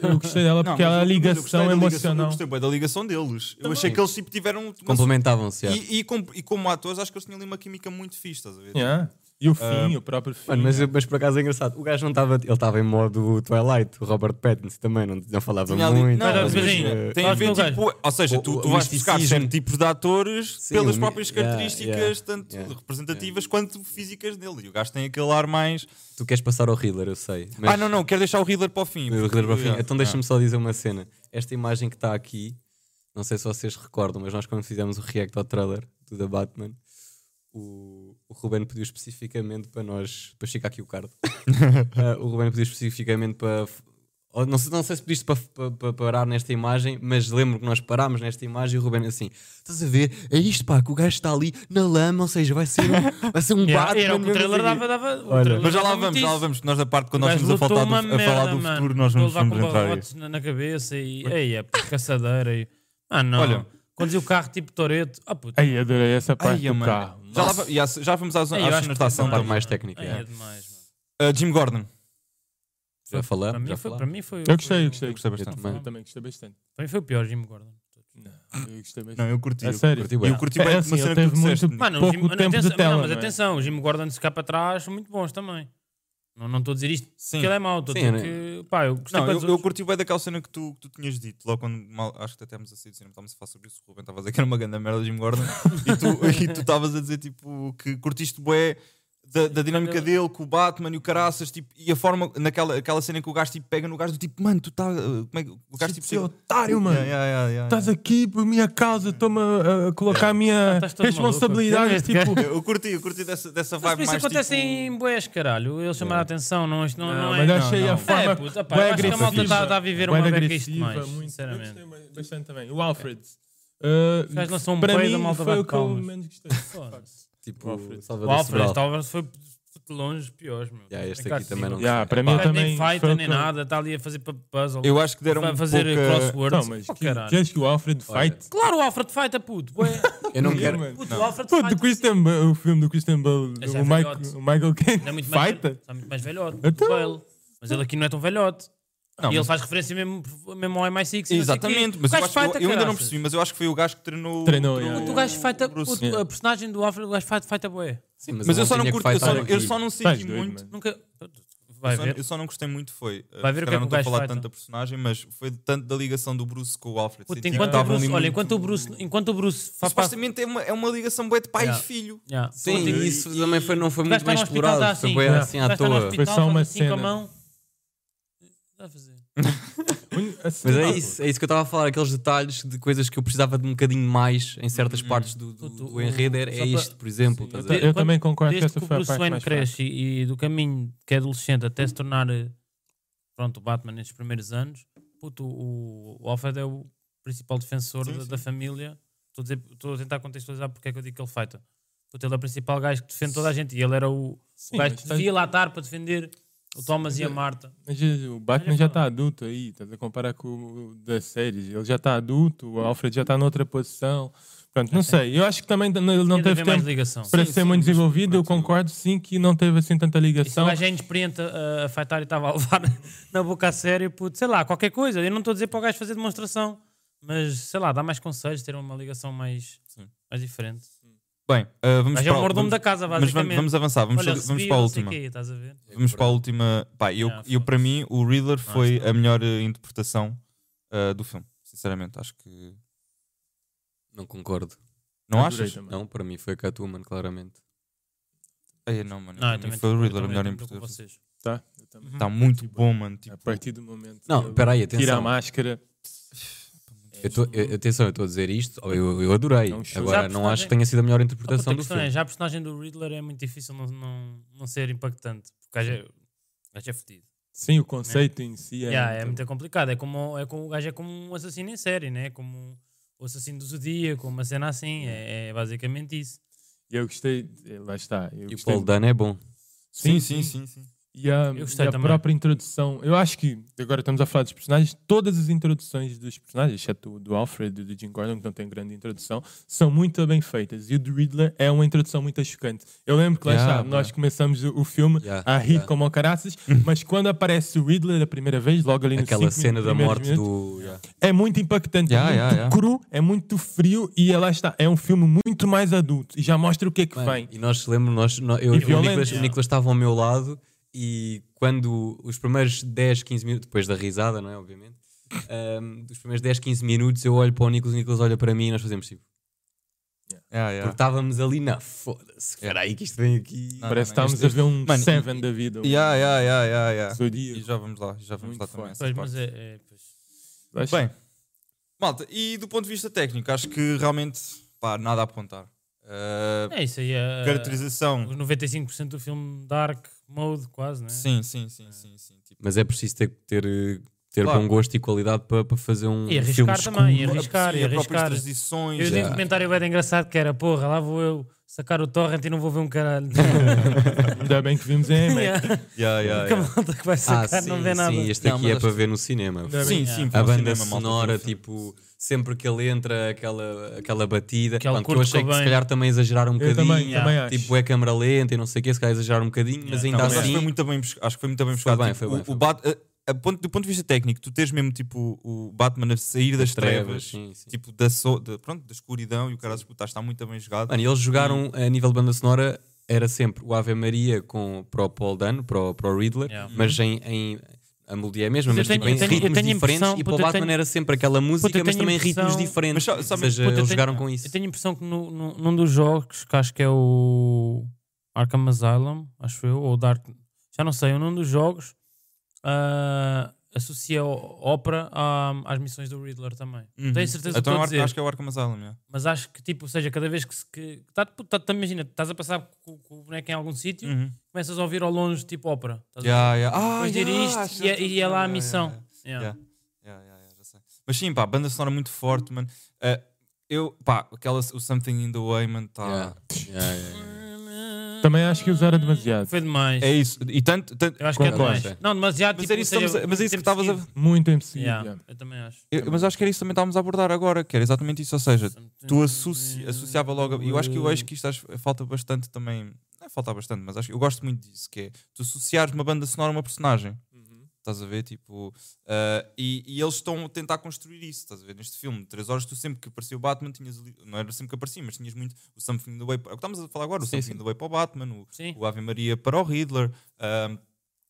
Speaker 3: Eu- Eu gostei dela
Speaker 2: Não,
Speaker 3: porque
Speaker 2: mas
Speaker 3: ela é
Speaker 2: eu- eu gostei da
Speaker 3: a ligação
Speaker 2: ligação- Eu
Speaker 3: emocional.
Speaker 2: gostei bué da ligação deles. Eu achei que eles tipo, tiveram. uma-
Speaker 1: Complementavam-se. yeah.
Speaker 2: E, e, com- e como atores, acho que eles tinham ali uma química muito fixe, estás a ver?
Speaker 3: Yeah. E o fim, o próprio fim.
Speaker 1: Mano, mas, mas por acaso é engraçado. O gajo não estava. Ele estava em modo Twilight, o Robert Pattinson também, não, não falava
Speaker 2: Tinha ali-
Speaker 1: muito.
Speaker 2: Não,
Speaker 4: Era
Speaker 2: mas
Speaker 4: um bocadinho.
Speaker 2: imagina,
Speaker 1: eh,
Speaker 2: tem a ver,
Speaker 4: Olha,
Speaker 2: tipo, ou seja,
Speaker 1: o-
Speaker 2: tu,
Speaker 1: o
Speaker 2: tu vais buscar
Speaker 1: misticismo.
Speaker 2: certos tipos de atores
Speaker 1: Sim,
Speaker 2: pelas
Speaker 1: o mi-
Speaker 2: próprias
Speaker 1: yeah,
Speaker 2: características,
Speaker 1: yeah,
Speaker 2: tanto
Speaker 1: yeah.
Speaker 2: representativas quanto físicas dele. E o gajo tem aquele ar mais.
Speaker 1: Tu queres passar ao Riddler, eu sei. mas-
Speaker 2: Ah, não, não, quero deixar o Riddler para o fim.
Speaker 1: Eu
Speaker 2: porque-
Speaker 1: relembro ao fim.
Speaker 2: yeah.
Speaker 1: Então deixa-me só dizer uma cena. Esta imagem que está aqui, não sei se vocês recordam, mas nós quando fizemos o react ao trailer do The Batman, o, o Ruben pediu especificamente para nós. Para esticar aqui o card. Ah, o Ruben pediu especificamente para. ou Não sei, não sei se pediste para, para- para parar nesta imagem, mas lembro que nós parámos nesta imagem e o Ruben assim: estás a ver? É isto, pá, que o gajo está ali na lama, ou seja, vai ser um, vai ser um
Speaker 4: Yeah,
Speaker 1: Batman.
Speaker 4: É, era o que o
Speaker 1: mesmo
Speaker 4: trailer
Speaker 1: assim.
Speaker 4: dava. dava o
Speaker 1: Olha,
Speaker 4: trailer
Speaker 2: Ah. Mas já lá
Speaker 4: dava é
Speaker 2: vamos,
Speaker 4: muito
Speaker 2: já lá
Speaker 4: isso.
Speaker 2: vamos. Nós, da parte, quando
Speaker 4: O
Speaker 2: nós
Speaker 4: gajo
Speaker 2: estamos a, faltar do,
Speaker 4: lutou
Speaker 2: a
Speaker 4: uma
Speaker 2: falar do
Speaker 4: merda,
Speaker 2: futuro,
Speaker 4: mano.
Speaker 2: nós não nos
Speaker 4: Estou a levar
Speaker 2: vamos
Speaker 4: com
Speaker 2: entrar aí.
Speaker 4: barrotes na, na cabeça e. Ei, é caçadeira e. Ah, não.
Speaker 2: Olha.
Speaker 4: Conduzir o carro tipo Toreto. Ah, puta.
Speaker 3: Ai, adorei essa parte
Speaker 2: Ai,
Speaker 3: do
Speaker 2: mano.
Speaker 3: carro.
Speaker 2: Já, lá va- yeah, já vamos às,
Speaker 4: Ei, eu
Speaker 2: às
Speaker 4: acho
Speaker 2: cenas
Speaker 4: que
Speaker 2: de ação.
Speaker 4: demais,
Speaker 1: parte mais
Speaker 4: mano.
Speaker 1: técnica,
Speaker 4: Ei,
Speaker 1: é.
Speaker 4: é demais, mano.
Speaker 2: Uh, Jim Gordon,
Speaker 1: Já
Speaker 2: Tá,
Speaker 1: falamos,
Speaker 4: Para mim
Speaker 1: já
Speaker 4: foi-
Speaker 1: falamos.
Speaker 4: para mim foi.
Speaker 3: Eu gostei, eu gostei.
Speaker 2: eu gostei
Speaker 1: Eu
Speaker 2: bastante.
Speaker 1: também.
Speaker 3: Eu também gostei bastante.
Speaker 4: Para mim foi o pior Jim Gordon.
Speaker 3: Eu gostei mesmo.
Speaker 2: Não, eu curti.
Speaker 3: É
Speaker 2: eu
Speaker 3: sério?
Speaker 2: curti bué.
Speaker 1: É
Speaker 2: eu curti
Speaker 3: É
Speaker 2: bem.
Speaker 3: assim,
Speaker 2: uma
Speaker 3: ele
Speaker 2: cena que
Speaker 3: teve
Speaker 2: tu disseste.
Speaker 3: muito-
Speaker 4: Mano, o
Speaker 3: Pouco
Speaker 4: Jim, mas
Speaker 3: tempo de
Speaker 4: atenção,
Speaker 3: tela,
Speaker 4: não, mas
Speaker 3: não é?
Speaker 4: atenção, o Jim Gordon se cá para trás são muito bons também. Não não estou a dizer isto
Speaker 2: Sim.
Speaker 4: porque ele é mau, estou a dizer
Speaker 1: Sim, né?
Speaker 4: que. Pá, eu gostei
Speaker 2: Não,
Speaker 4: bué
Speaker 2: eu,
Speaker 4: dos
Speaker 2: eu
Speaker 4: outros.
Speaker 2: curti bem daquela cena que tu, que tu tinhas dito, logo quando mal- acho que até estávamos a sair do cinema, estávamos a falar sobre isso, o Ruben estava a dizer que era uma grande merda de Jim Gordon e tu e tu estavas a dizer tipo que curtiste bué da, da dinâmica dele com o Batman e o Caraças tipo, e a forma, naquela aquela cena em que o gajo tipo, pega no gajo do tipo, mano, tu estás. Como é que o gajo tipo.
Speaker 3: Tipo, seu
Speaker 2: chega-
Speaker 3: otário, mano.
Speaker 2: Yeah, yeah, yeah, yeah,
Speaker 3: Estás aqui por minha causa, estou-me a, a colocar a minha
Speaker 4: estás todo
Speaker 3: responsabilidade.
Speaker 4: maluco.
Speaker 3: Tipo,
Speaker 2: Eu curti, eu curti dessa, dessa
Speaker 4: Mas
Speaker 2: vibe
Speaker 4: por isso é
Speaker 2: mais
Speaker 4: acontece
Speaker 2: tipo...
Speaker 4: em boés, caralho. Ele chamar a atenção, não, isto não, não,
Speaker 3: É. não,
Speaker 4: é.
Speaker 3: mas eu achei
Speaker 2: não,
Speaker 3: a
Speaker 2: não.
Speaker 3: forma.
Speaker 4: É, puta, pá,
Speaker 3: bué
Speaker 4: eu acho que a malta
Speaker 3: agressiva,
Speaker 4: tá- tá a viver
Speaker 3: bué
Speaker 4: uma beca
Speaker 3: agressiva,
Speaker 4: isto mais,
Speaker 3: muito.
Speaker 4: sinceramente.
Speaker 3: Eu gostei bastante também. O Alfred. Uh,
Speaker 4: Os gajos lançam um
Speaker 3: para
Speaker 4: peido, a
Speaker 3: mim,
Speaker 4: malta
Speaker 3: foi
Speaker 4: bate
Speaker 3: o que eu
Speaker 4: palmas.
Speaker 3: menos gostei.
Speaker 4: Foda-se.
Speaker 1: Tipo,
Speaker 3: O Alfred.
Speaker 4: O
Speaker 1: Salvador
Speaker 4: Alfred tá
Speaker 1: Sobral.
Speaker 4: talvez foi de longe piores, meu.
Speaker 1: Yeah, este
Speaker 4: É cá
Speaker 1: aqui
Speaker 4: de
Speaker 1: também
Speaker 4: cima.
Speaker 1: não
Speaker 3: Yeah, para mim
Speaker 4: Não
Speaker 3: também.
Speaker 4: nem
Speaker 3: foi
Speaker 4: fighter,
Speaker 3: o
Speaker 4: nem
Speaker 3: que eu-
Speaker 4: nada, está ali a fazer pu- puzzle.
Speaker 2: Eu acho que deram
Speaker 4: Vai
Speaker 2: um
Speaker 4: fazer
Speaker 2: pouca-
Speaker 3: eh, Não,
Speaker 4: crosswords.
Speaker 3: mas
Speaker 4: Oh,
Speaker 3: que-
Speaker 4: caralho.
Speaker 3: queres que o Alfred
Speaker 1: Olha.
Speaker 3: fight?
Speaker 4: Claro, o Alfred fighta, puto. bué.
Speaker 1: Eu não
Speaker 3: Sim,
Speaker 1: quero.
Speaker 3: mano.
Speaker 4: Puto, o Alfred
Speaker 3: Puto,
Speaker 4: fighta.
Speaker 3: do Christian Bale, o filme do Christian Bale,
Speaker 4: Esse
Speaker 3: o,
Speaker 4: é
Speaker 3: Michael,
Speaker 4: velhote.
Speaker 3: o Michael
Speaker 4: Ele é
Speaker 3: Caine
Speaker 4: muito mais,
Speaker 3: fighta?
Speaker 4: é muito mais velhote.
Speaker 3: Então.
Speaker 4: Bale. Mas ele aqui não é tão velhote.
Speaker 2: Não,
Speaker 4: e ele
Speaker 2: mas-
Speaker 4: faz referência mesmo, mesmo ao MI6.
Speaker 2: Exatamente, mas eu, acho, eu, eu ainda não percebi, mas eu acho que foi o gajo que treinou.
Speaker 3: Treinou,
Speaker 2: treinou
Speaker 3: yeah,
Speaker 4: O
Speaker 3: yeah.
Speaker 4: gajo fighta.
Speaker 2: Eh, Bruce.
Speaker 4: puto, A personagem do Alfred, o gajo fighta, fighta bué.
Speaker 1: Sim,
Speaker 2: Mas
Speaker 1: ele
Speaker 2: eu só não
Speaker 1: tinha que
Speaker 2: curto, eu só,
Speaker 1: fightar
Speaker 2: não-
Speaker 1: aqui.
Speaker 2: eu só não
Speaker 3: Estás
Speaker 2: senti
Speaker 3: doido,
Speaker 2: muito.
Speaker 3: mano.
Speaker 4: Nunca. Vai
Speaker 2: eu, só,
Speaker 4: ver.
Speaker 2: eu só não gostei muito, foi. uh,
Speaker 4: Vai ver
Speaker 2: se
Speaker 4: o
Speaker 2: calhar
Speaker 4: que é que
Speaker 2: não
Speaker 4: o
Speaker 2: estou a
Speaker 4: gajo
Speaker 2: falar
Speaker 4: faz,
Speaker 2: tanto da
Speaker 4: não.
Speaker 2: personagem, mas foi tanto da ligação do Bruce com o Alfred.
Speaker 4: Puto,
Speaker 2: Senti que
Speaker 4: enquanto o
Speaker 2: estavam
Speaker 4: Bruce,
Speaker 2: ali
Speaker 4: olha,
Speaker 2: muito-
Speaker 4: enquanto o Bruce, enquanto o Bruce faz
Speaker 2: Supostamente é uma, é uma ligação bué de pai
Speaker 4: Yeah.
Speaker 2: e filho.
Speaker 4: Yeah.
Speaker 1: Sim,
Speaker 4: Puto,
Speaker 1: e isso também foi, não foi
Speaker 4: o
Speaker 1: muito
Speaker 4: gajo
Speaker 1: bem
Speaker 4: está no hospital,
Speaker 1: explorado.
Speaker 4: está
Speaker 1: foi
Speaker 4: assim.
Speaker 1: bué
Speaker 3: Yeah.
Speaker 1: assim
Speaker 4: o gajo
Speaker 1: à
Speaker 4: está no
Speaker 1: toa.
Speaker 4: hospital,
Speaker 3: Foi só uma
Speaker 4: faz assim com a
Speaker 3: cena.
Speaker 4: mão. Dá a fazer.
Speaker 1: Mas é isso, é isso que eu estava a falar, aqueles detalhes de coisas que eu precisava de um bocadinho mais em certas
Speaker 4: Hum.
Speaker 1: partes do, do,
Speaker 4: Puto,
Speaker 1: do enredo. era-
Speaker 4: um só
Speaker 1: É
Speaker 4: pra-
Speaker 1: isto, por exemplo. estás a
Speaker 3: Eu
Speaker 1: ver?
Speaker 4: Quando-
Speaker 3: também concordo que
Speaker 4: Desde
Speaker 3: essa
Speaker 4: que o
Speaker 3: foi a
Speaker 4: Bruce
Speaker 3: parte
Speaker 4: Wayne
Speaker 3: mais fraca.
Speaker 4: cresce e, e do caminho que é adolescente até se tornar eh, pronto, o Batman nestes primeiros anos, puto, o, o Alfred é o principal defensor
Speaker 2: Sim,
Speaker 4: da,
Speaker 2: sim.
Speaker 4: da família. Estou a dizer- Estou a tentar contextualizar porque é que eu digo que ele fighta. Puto, ele é o principal gajo que defende toda a gente e ele era o, o gajo
Speaker 3: mas
Speaker 4: que
Speaker 3: estás-
Speaker 4: devia lá estar para defender o Thomas e a Marta.
Speaker 3: Mas eh, o Batman
Speaker 4: Olha,
Speaker 3: já
Speaker 4: pá.
Speaker 3: está adulto aí, estás a comparar com o das séries. Ele já está adulto, o Alfred já está noutra posição. Pronto, não sei. Eu acho que também não- ele
Speaker 4: Tinha
Speaker 3: não
Speaker 4: de haver
Speaker 3: teve
Speaker 4: é mais
Speaker 3: tempo
Speaker 4: ligação.
Speaker 3: para
Speaker 2: Sim,
Speaker 3: ser
Speaker 2: sim,
Speaker 3: muito
Speaker 2: mas
Speaker 3: desenvolvido. Eu
Speaker 2: pronto, eu-
Speaker 3: concordo sim que não teve assim tanta
Speaker 4: E se o
Speaker 2: Então,
Speaker 3: ligação.
Speaker 4: gajo é inexperiente a, a fightar e estava a levar na boca a sério, puto, sei lá, qualquer coisa. Eu não estou a dizer para o gajo fazer demonstração, mas sei lá, dá mais conselhos, ter uma ligação mais,
Speaker 2: Sim.
Speaker 4: mais diferente.
Speaker 2: Bem, uh, vamos
Speaker 4: Mas é
Speaker 2: para
Speaker 4: o mordomo
Speaker 2: vamos-
Speaker 4: da casa,
Speaker 2: mas vamos,
Speaker 4: basicamente.
Speaker 2: vamos avançar, vamos,
Speaker 4: Olha,
Speaker 2: vamos
Speaker 4: recebi,
Speaker 2: para a
Speaker 4: não sei
Speaker 2: última.
Speaker 4: Quê, estás a ver?
Speaker 2: Vamos para a última. Pá, eu,
Speaker 4: Yeah,
Speaker 2: eu para mim, o Riddler foi
Speaker 4: está.
Speaker 2: a melhor uh, interpretação uh, do filme. Sinceramente, acho que.
Speaker 1: Não concordo.
Speaker 2: Não
Speaker 3: Adorei
Speaker 2: achas?
Speaker 3: também.
Speaker 1: Não, para mim foi a Catwoman, claramente.
Speaker 2: Ai, não, mano.
Speaker 4: Não,
Speaker 2: para
Speaker 4: eu
Speaker 2: mim
Speaker 4: também
Speaker 2: foi o
Speaker 4: tô- eu
Speaker 2: Riddler a
Speaker 4: também
Speaker 2: melhor
Speaker 4: tô com
Speaker 2: interpretação.
Speaker 4: vocês. Uhum.
Speaker 3: Tá, eu também.
Speaker 2: Está muito bom, mano.
Speaker 3: A
Speaker 2: Tipo,
Speaker 3: partir do momento.
Speaker 1: Não,
Speaker 3: que ele
Speaker 1: peraí,
Speaker 3: Tira a
Speaker 1: atenção.
Speaker 3: máscara.
Speaker 1: Eu tô, eu- atenção, eu estou a dizer isto, eu, eu adorei.
Speaker 3: É um show.
Speaker 1: Agora,
Speaker 4: Já
Speaker 1: não acho
Speaker 4: personagem-
Speaker 1: que tenha sido a melhor
Speaker 4: Ah, puta,
Speaker 1: interpretação
Speaker 4: a
Speaker 1: do
Speaker 4: questão
Speaker 1: filme.
Speaker 4: é, já a personagem do Riddler é muito difícil não, não, não ser impactante. O gajo é, o gajo é fodido.
Speaker 3: Sim, o conceito em si é.
Speaker 4: Yeah, é
Speaker 3: muito-
Speaker 4: muito complicado. É como, é como, o gajo é como um assassino em série, né? Como o assassino do Zodíaco, uma cena assim. É, é basicamente isso.
Speaker 3: Eu gostei. eh, Lá está. Eu
Speaker 1: E o
Speaker 3: gostei
Speaker 1: Paul Dano é bom.
Speaker 2: Sim, sim, sim, sim.
Speaker 3: E a,
Speaker 4: Eu gostei
Speaker 3: e a
Speaker 4: também.
Speaker 3: própria introdução. Eu acho que, agora estamos a falar dos personagens, todas as introduções dos personagens, exceto o do Alfred e do Jim Gordon, que não tem grande introdução, são muito bem feitas. E o do Riddler é uma introdução muito chocante. Eu lembro que lá
Speaker 2: Yeah,
Speaker 3: está,
Speaker 2: pá.
Speaker 3: nós começamos o, o filme
Speaker 1: Yeah,
Speaker 3: a rir
Speaker 1: yeah.
Speaker 3: como ao caraças, mas quando aparece o Riddler a primeira vez, logo ali no
Speaker 1: Aquela cena da morte
Speaker 3: do
Speaker 1: do. yeah.
Speaker 3: é muito impactante,
Speaker 2: Yeah,
Speaker 3: é muito
Speaker 2: yeah, yeah.
Speaker 3: cru, é muito frio e é lá está. É um filme muito mais adulto e já mostra o que é que
Speaker 1: Mano,
Speaker 3: vem.
Speaker 1: E nós lembro, nós, nó- eu
Speaker 3: E
Speaker 1: e o
Speaker 3: violento,
Speaker 1: Nicolas, o
Speaker 3: yeah.
Speaker 1: Nicolas estava ao meu lado e quando os primeiros 10, 15 minutos, depois da risada, não é? Obviamente, ahm, dos primeiros 10, 15 minutos eu olho para o Nicolas, o Nicolas olha para mim e nós fazemos tipo.
Speaker 2: Yeah,
Speaker 1: Porque
Speaker 2: yeah.
Speaker 1: estávamos ali na foda-se, espera aí que isto vem aqui.
Speaker 2: Não,
Speaker 3: Parece que
Speaker 2: não,
Speaker 3: estamos
Speaker 2: este-
Speaker 3: a ver um
Speaker 2: Mano,
Speaker 3: Seven da vida. um
Speaker 2: Yeah, yeah, yeah, yeah, yeah.
Speaker 3: Zodíaco.
Speaker 2: E já vamos lá, já vamos
Speaker 3: Muito
Speaker 2: lá também. a
Speaker 3: forte.
Speaker 2: essa
Speaker 4: Pois,
Speaker 2: parte.
Speaker 4: mas é- é, pois.
Speaker 3: Lá está.
Speaker 2: Bem, malta, e do ponto de vista técnico, acho que realmente, pá, nada a apontar. Uh,
Speaker 4: É isso aí. é-
Speaker 2: Caracterização.
Speaker 4: Os 95% do filme Dark Mode, quase, né?
Speaker 2: Sim, sim, sim, sim, sim. Tipo,
Speaker 1: Mas é preciso ter, ter, eh, ter
Speaker 2: Claro.
Speaker 1: bom gosto e qualidade para, para fazer um
Speaker 4: E
Speaker 1: filme
Speaker 4: arriscar
Speaker 1: escuro.
Speaker 4: também, e arriscar,
Speaker 2: sim,
Speaker 4: e
Speaker 2: as próprias
Speaker 4: arriscar.
Speaker 2: transições.
Speaker 4: Eu dei um
Speaker 1: Já.
Speaker 4: comentário bem engraçado que era: porra, lá vou eu sacar o torrent e não vou ver um caralho.
Speaker 3: Ainda bem que vimos em IMAX.
Speaker 4: Yeah.
Speaker 2: Yeah, yeah,
Speaker 4: Porque a
Speaker 2: yeah.
Speaker 4: malta que vai
Speaker 1: Ah,
Speaker 4: sacar
Speaker 1: sim,
Speaker 4: não vê nada.
Speaker 1: sim, este
Speaker 2: Não,
Speaker 1: aqui
Speaker 2: mas
Speaker 1: é
Speaker 2: acho
Speaker 1: para
Speaker 2: que-
Speaker 1: ver no cinema.
Speaker 4: é
Speaker 3: Ainda
Speaker 2: Sim,
Speaker 3: bem.
Speaker 2: sim,
Speaker 1: A
Speaker 2: para o
Speaker 1: banda
Speaker 2: cinema, malta,
Speaker 1: sonora,
Speaker 2: para o filme.
Speaker 1: tipo, sempre que ele entra, aquela, aquela batida.
Speaker 4: Aquele
Speaker 1: Pronto,
Speaker 4: curto
Speaker 1: eu achei que se
Speaker 4: Cobain.
Speaker 1: calhar também exageraram um
Speaker 3: Eu
Speaker 1: bocadinho.
Speaker 3: também,
Speaker 4: yeah.
Speaker 3: também acho.
Speaker 1: Tipo, é câmara lenta e não sei o que, se calhar exageraram um bocadinho, mas
Speaker 2: Não,
Speaker 1: ainda
Speaker 2: mas acho que
Speaker 1: assim.
Speaker 2: foi muito bem, bus- acho que foi muito bem
Speaker 1: Foi
Speaker 2: buscado.
Speaker 1: bem,
Speaker 2: tipo,
Speaker 1: foi bem,
Speaker 2: o-
Speaker 1: foi
Speaker 2: o Bat- eh, a ponto- do ponto de vista técnico, tu tens mesmo tipo o Batman a sair das trevas,
Speaker 1: sim, sim.
Speaker 2: tipo da, so- da- pronto, da escuridão e o cara puta, está muito bem jogado.
Speaker 1: Mano, eles jogaram a nível de banda sonora, era sempre o Ave Maria com, para o Paul Dano, para o, para o Riddler,
Speaker 4: Yeah.
Speaker 2: Uhum.
Speaker 1: mas em. em- a melodia é a mesma, mas,
Speaker 4: Mas eu
Speaker 1: tipo,
Speaker 4: tenho-
Speaker 1: em
Speaker 4: eu tenho- eu
Speaker 1: ritmos
Speaker 4: tenho a
Speaker 1: diferentes.
Speaker 4: impressão,
Speaker 1: e para o
Speaker 4: puta, eu
Speaker 1: Batman
Speaker 4: tenho-
Speaker 1: era sempre aquela música,
Speaker 4: puta, eu
Speaker 1: mas
Speaker 4: tenho
Speaker 1: também
Speaker 4: a
Speaker 1: ritmos
Speaker 4: impressão-
Speaker 1: diferentes.
Speaker 2: Mas sabe-
Speaker 1: Ou
Speaker 2: sabe-
Speaker 1: seja,
Speaker 4: Puta, eu
Speaker 1: eles
Speaker 4: tenho-
Speaker 1: jogaram com isso.
Speaker 4: Eu tenho a impressão que no, no- num dos jogos, que acho que é o Arkham Asylum, acho eu, ou Dark. Já não sei, num dos jogos ah, associa o- ópera à- às missões do Riddler também. Não Tenho certeza
Speaker 2: então,
Speaker 4: do que
Speaker 2: é o
Speaker 4: estou a
Speaker 2: Ar-
Speaker 4: dizer,
Speaker 2: acho que é o Arkham Asylum, yeah.
Speaker 4: mas acho que, tipo, ou seja, cada vez que se. Que, tá, tá, tá- imagina, estás a passar com, com o boneco em algum sítio,
Speaker 2: Uhum.
Speaker 4: começas a ouvir ao longe, tipo, ópera. Estás a
Speaker 2: Yeah, yeah. Ah,
Speaker 4: Depois
Speaker 2: yeah,
Speaker 4: diriste
Speaker 2: acho-
Speaker 4: e é- e é lá
Speaker 2: yeah,
Speaker 4: a
Speaker 2: yeah,
Speaker 4: missão.
Speaker 2: yeah.
Speaker 4: Yeah.
Speaker 2: Yeah. Yeah, yeah, yeah, já sei. Mas sim, pá, a banda sonora é muito forte, mano. Eh, eu, pá, aquela, o Something in the Way, mano, tá.
Speaker 1: Yeah, yeah, yeah, yeah.
Speaker 3: Também acho que usaram demasiado.
Speaker 4: Foi demais.
Speaker 2: É isso. E tanto. tanto-
Speaker 4: Eu acho que é
Speaker 3: Concordo.
Speaker 4: demais. Não, demasiado.
Speaker 2: Mas
Speaker 4: tipo,
Speaker 2: era isso que
Speaker 4: ou seja,
Speaker 2: estamos a- mas é isso que
Speaker 4: tempo
Speaker 2: estavas a-
Speaker 4: seguido.
Speaker 3: Muito em seguida.
Speaker 4: Yeah,
Speaker 3: yeah.
Speaker 4: Eu também acho.
Speaker 2: eu- mas acho que era isso que também estávamos a abordar agora, que era exatamente isso. Ou seja, tu associ, associava logo. a- Eu acho que eu acho que isto acho- falta bastante também. Não é falta bastante, mas acho que eu gosto muito disso, que é tu associares uma banda sonora a uma personagem. Estás a ver? Tipo, ah, e, e eles estão a tentar construir isso. Estás a ver? Neste filme, de 3 horas, tu sempre que aparecia o Batman, tinhas ali, não era sempre que aparecia, mas tinhas muito o Something in the Way. É o que estamos a falar agora, o
Speaker 1: Sim,
Speaker 2: Something
Speaker 1: sim.
Speaker 2: in the Way para o Batman, o,
Speaker 4: Sim.
Speaker 2: o Ave Maria para o Riddler. ah,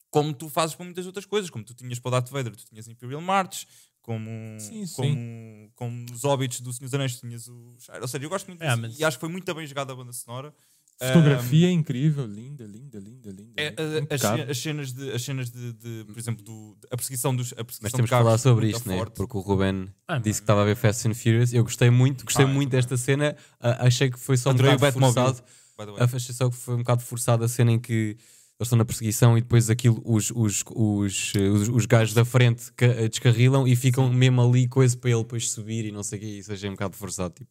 Speaker 2: como tu fazes para muitas outras coisas, como tu tinhas para o Darth Vader, tu tinhas Imperial March, como,
Speaker 3: Sim, sim.
Speaker 2: como, como os Hobbits do Senhor dos Anéis, tinhas o Shire. Ou seja, eu gosto muito
Speaker 4: É,
Speaker 2: disso
Speaker 4: mas-
Speaker 2: e acho que foi muito bem jogada a banda sonora.
Speaker 3: Fotografia é incrível, linda, linda, linda, linda.
Speaker 2: É,
Speaker 3: linda.
Speaker 4: uh,
Speaker 1: um
Speaker 2: a-
Speaker 3: Muito
Speaker 4: assim,
Speaker 2: as,
Speaker 3: caro.
Speaker 2: as cenas, de, as cenas de, de, por exemplo, do, a perseguição dos. A perseguição
Speaker 1: Mas temos
Speaker 2: de
Speaker 1: que
Speaker 2: carros é
Speaker 1: falar sobre
Speaker 2: muito
Speaker 1: isto, né?
Speaker 2: forte.
Speaker 1: Porque o Ruben
Speaker 4: Ah,
Speaker 1: disse que estava a ver Fast and Furious. Eu gostei muito, gostei
Speaker 2: Ah, eu
Speaker 1: muito
Speaker 2: também.
Speaker 1: desta cena. Ah, achei que foi só um
Speaker 2: Adorei o
Speaker 1: bocado
Speaker 2: Batmóvel.
Speaker 1: forçado.
Speaker 2: By the way.
Speaker 1: A achei só que foi um bocado forçada a cena em que eles estão na perseguição e depois aquilo, os, os, os, eh, os, os gajos da frente ca- eh, descarrilam e ficam mesmo ali, coisa para ele depois subir e não sei o que, isso achei um bocado forçado. Tipo.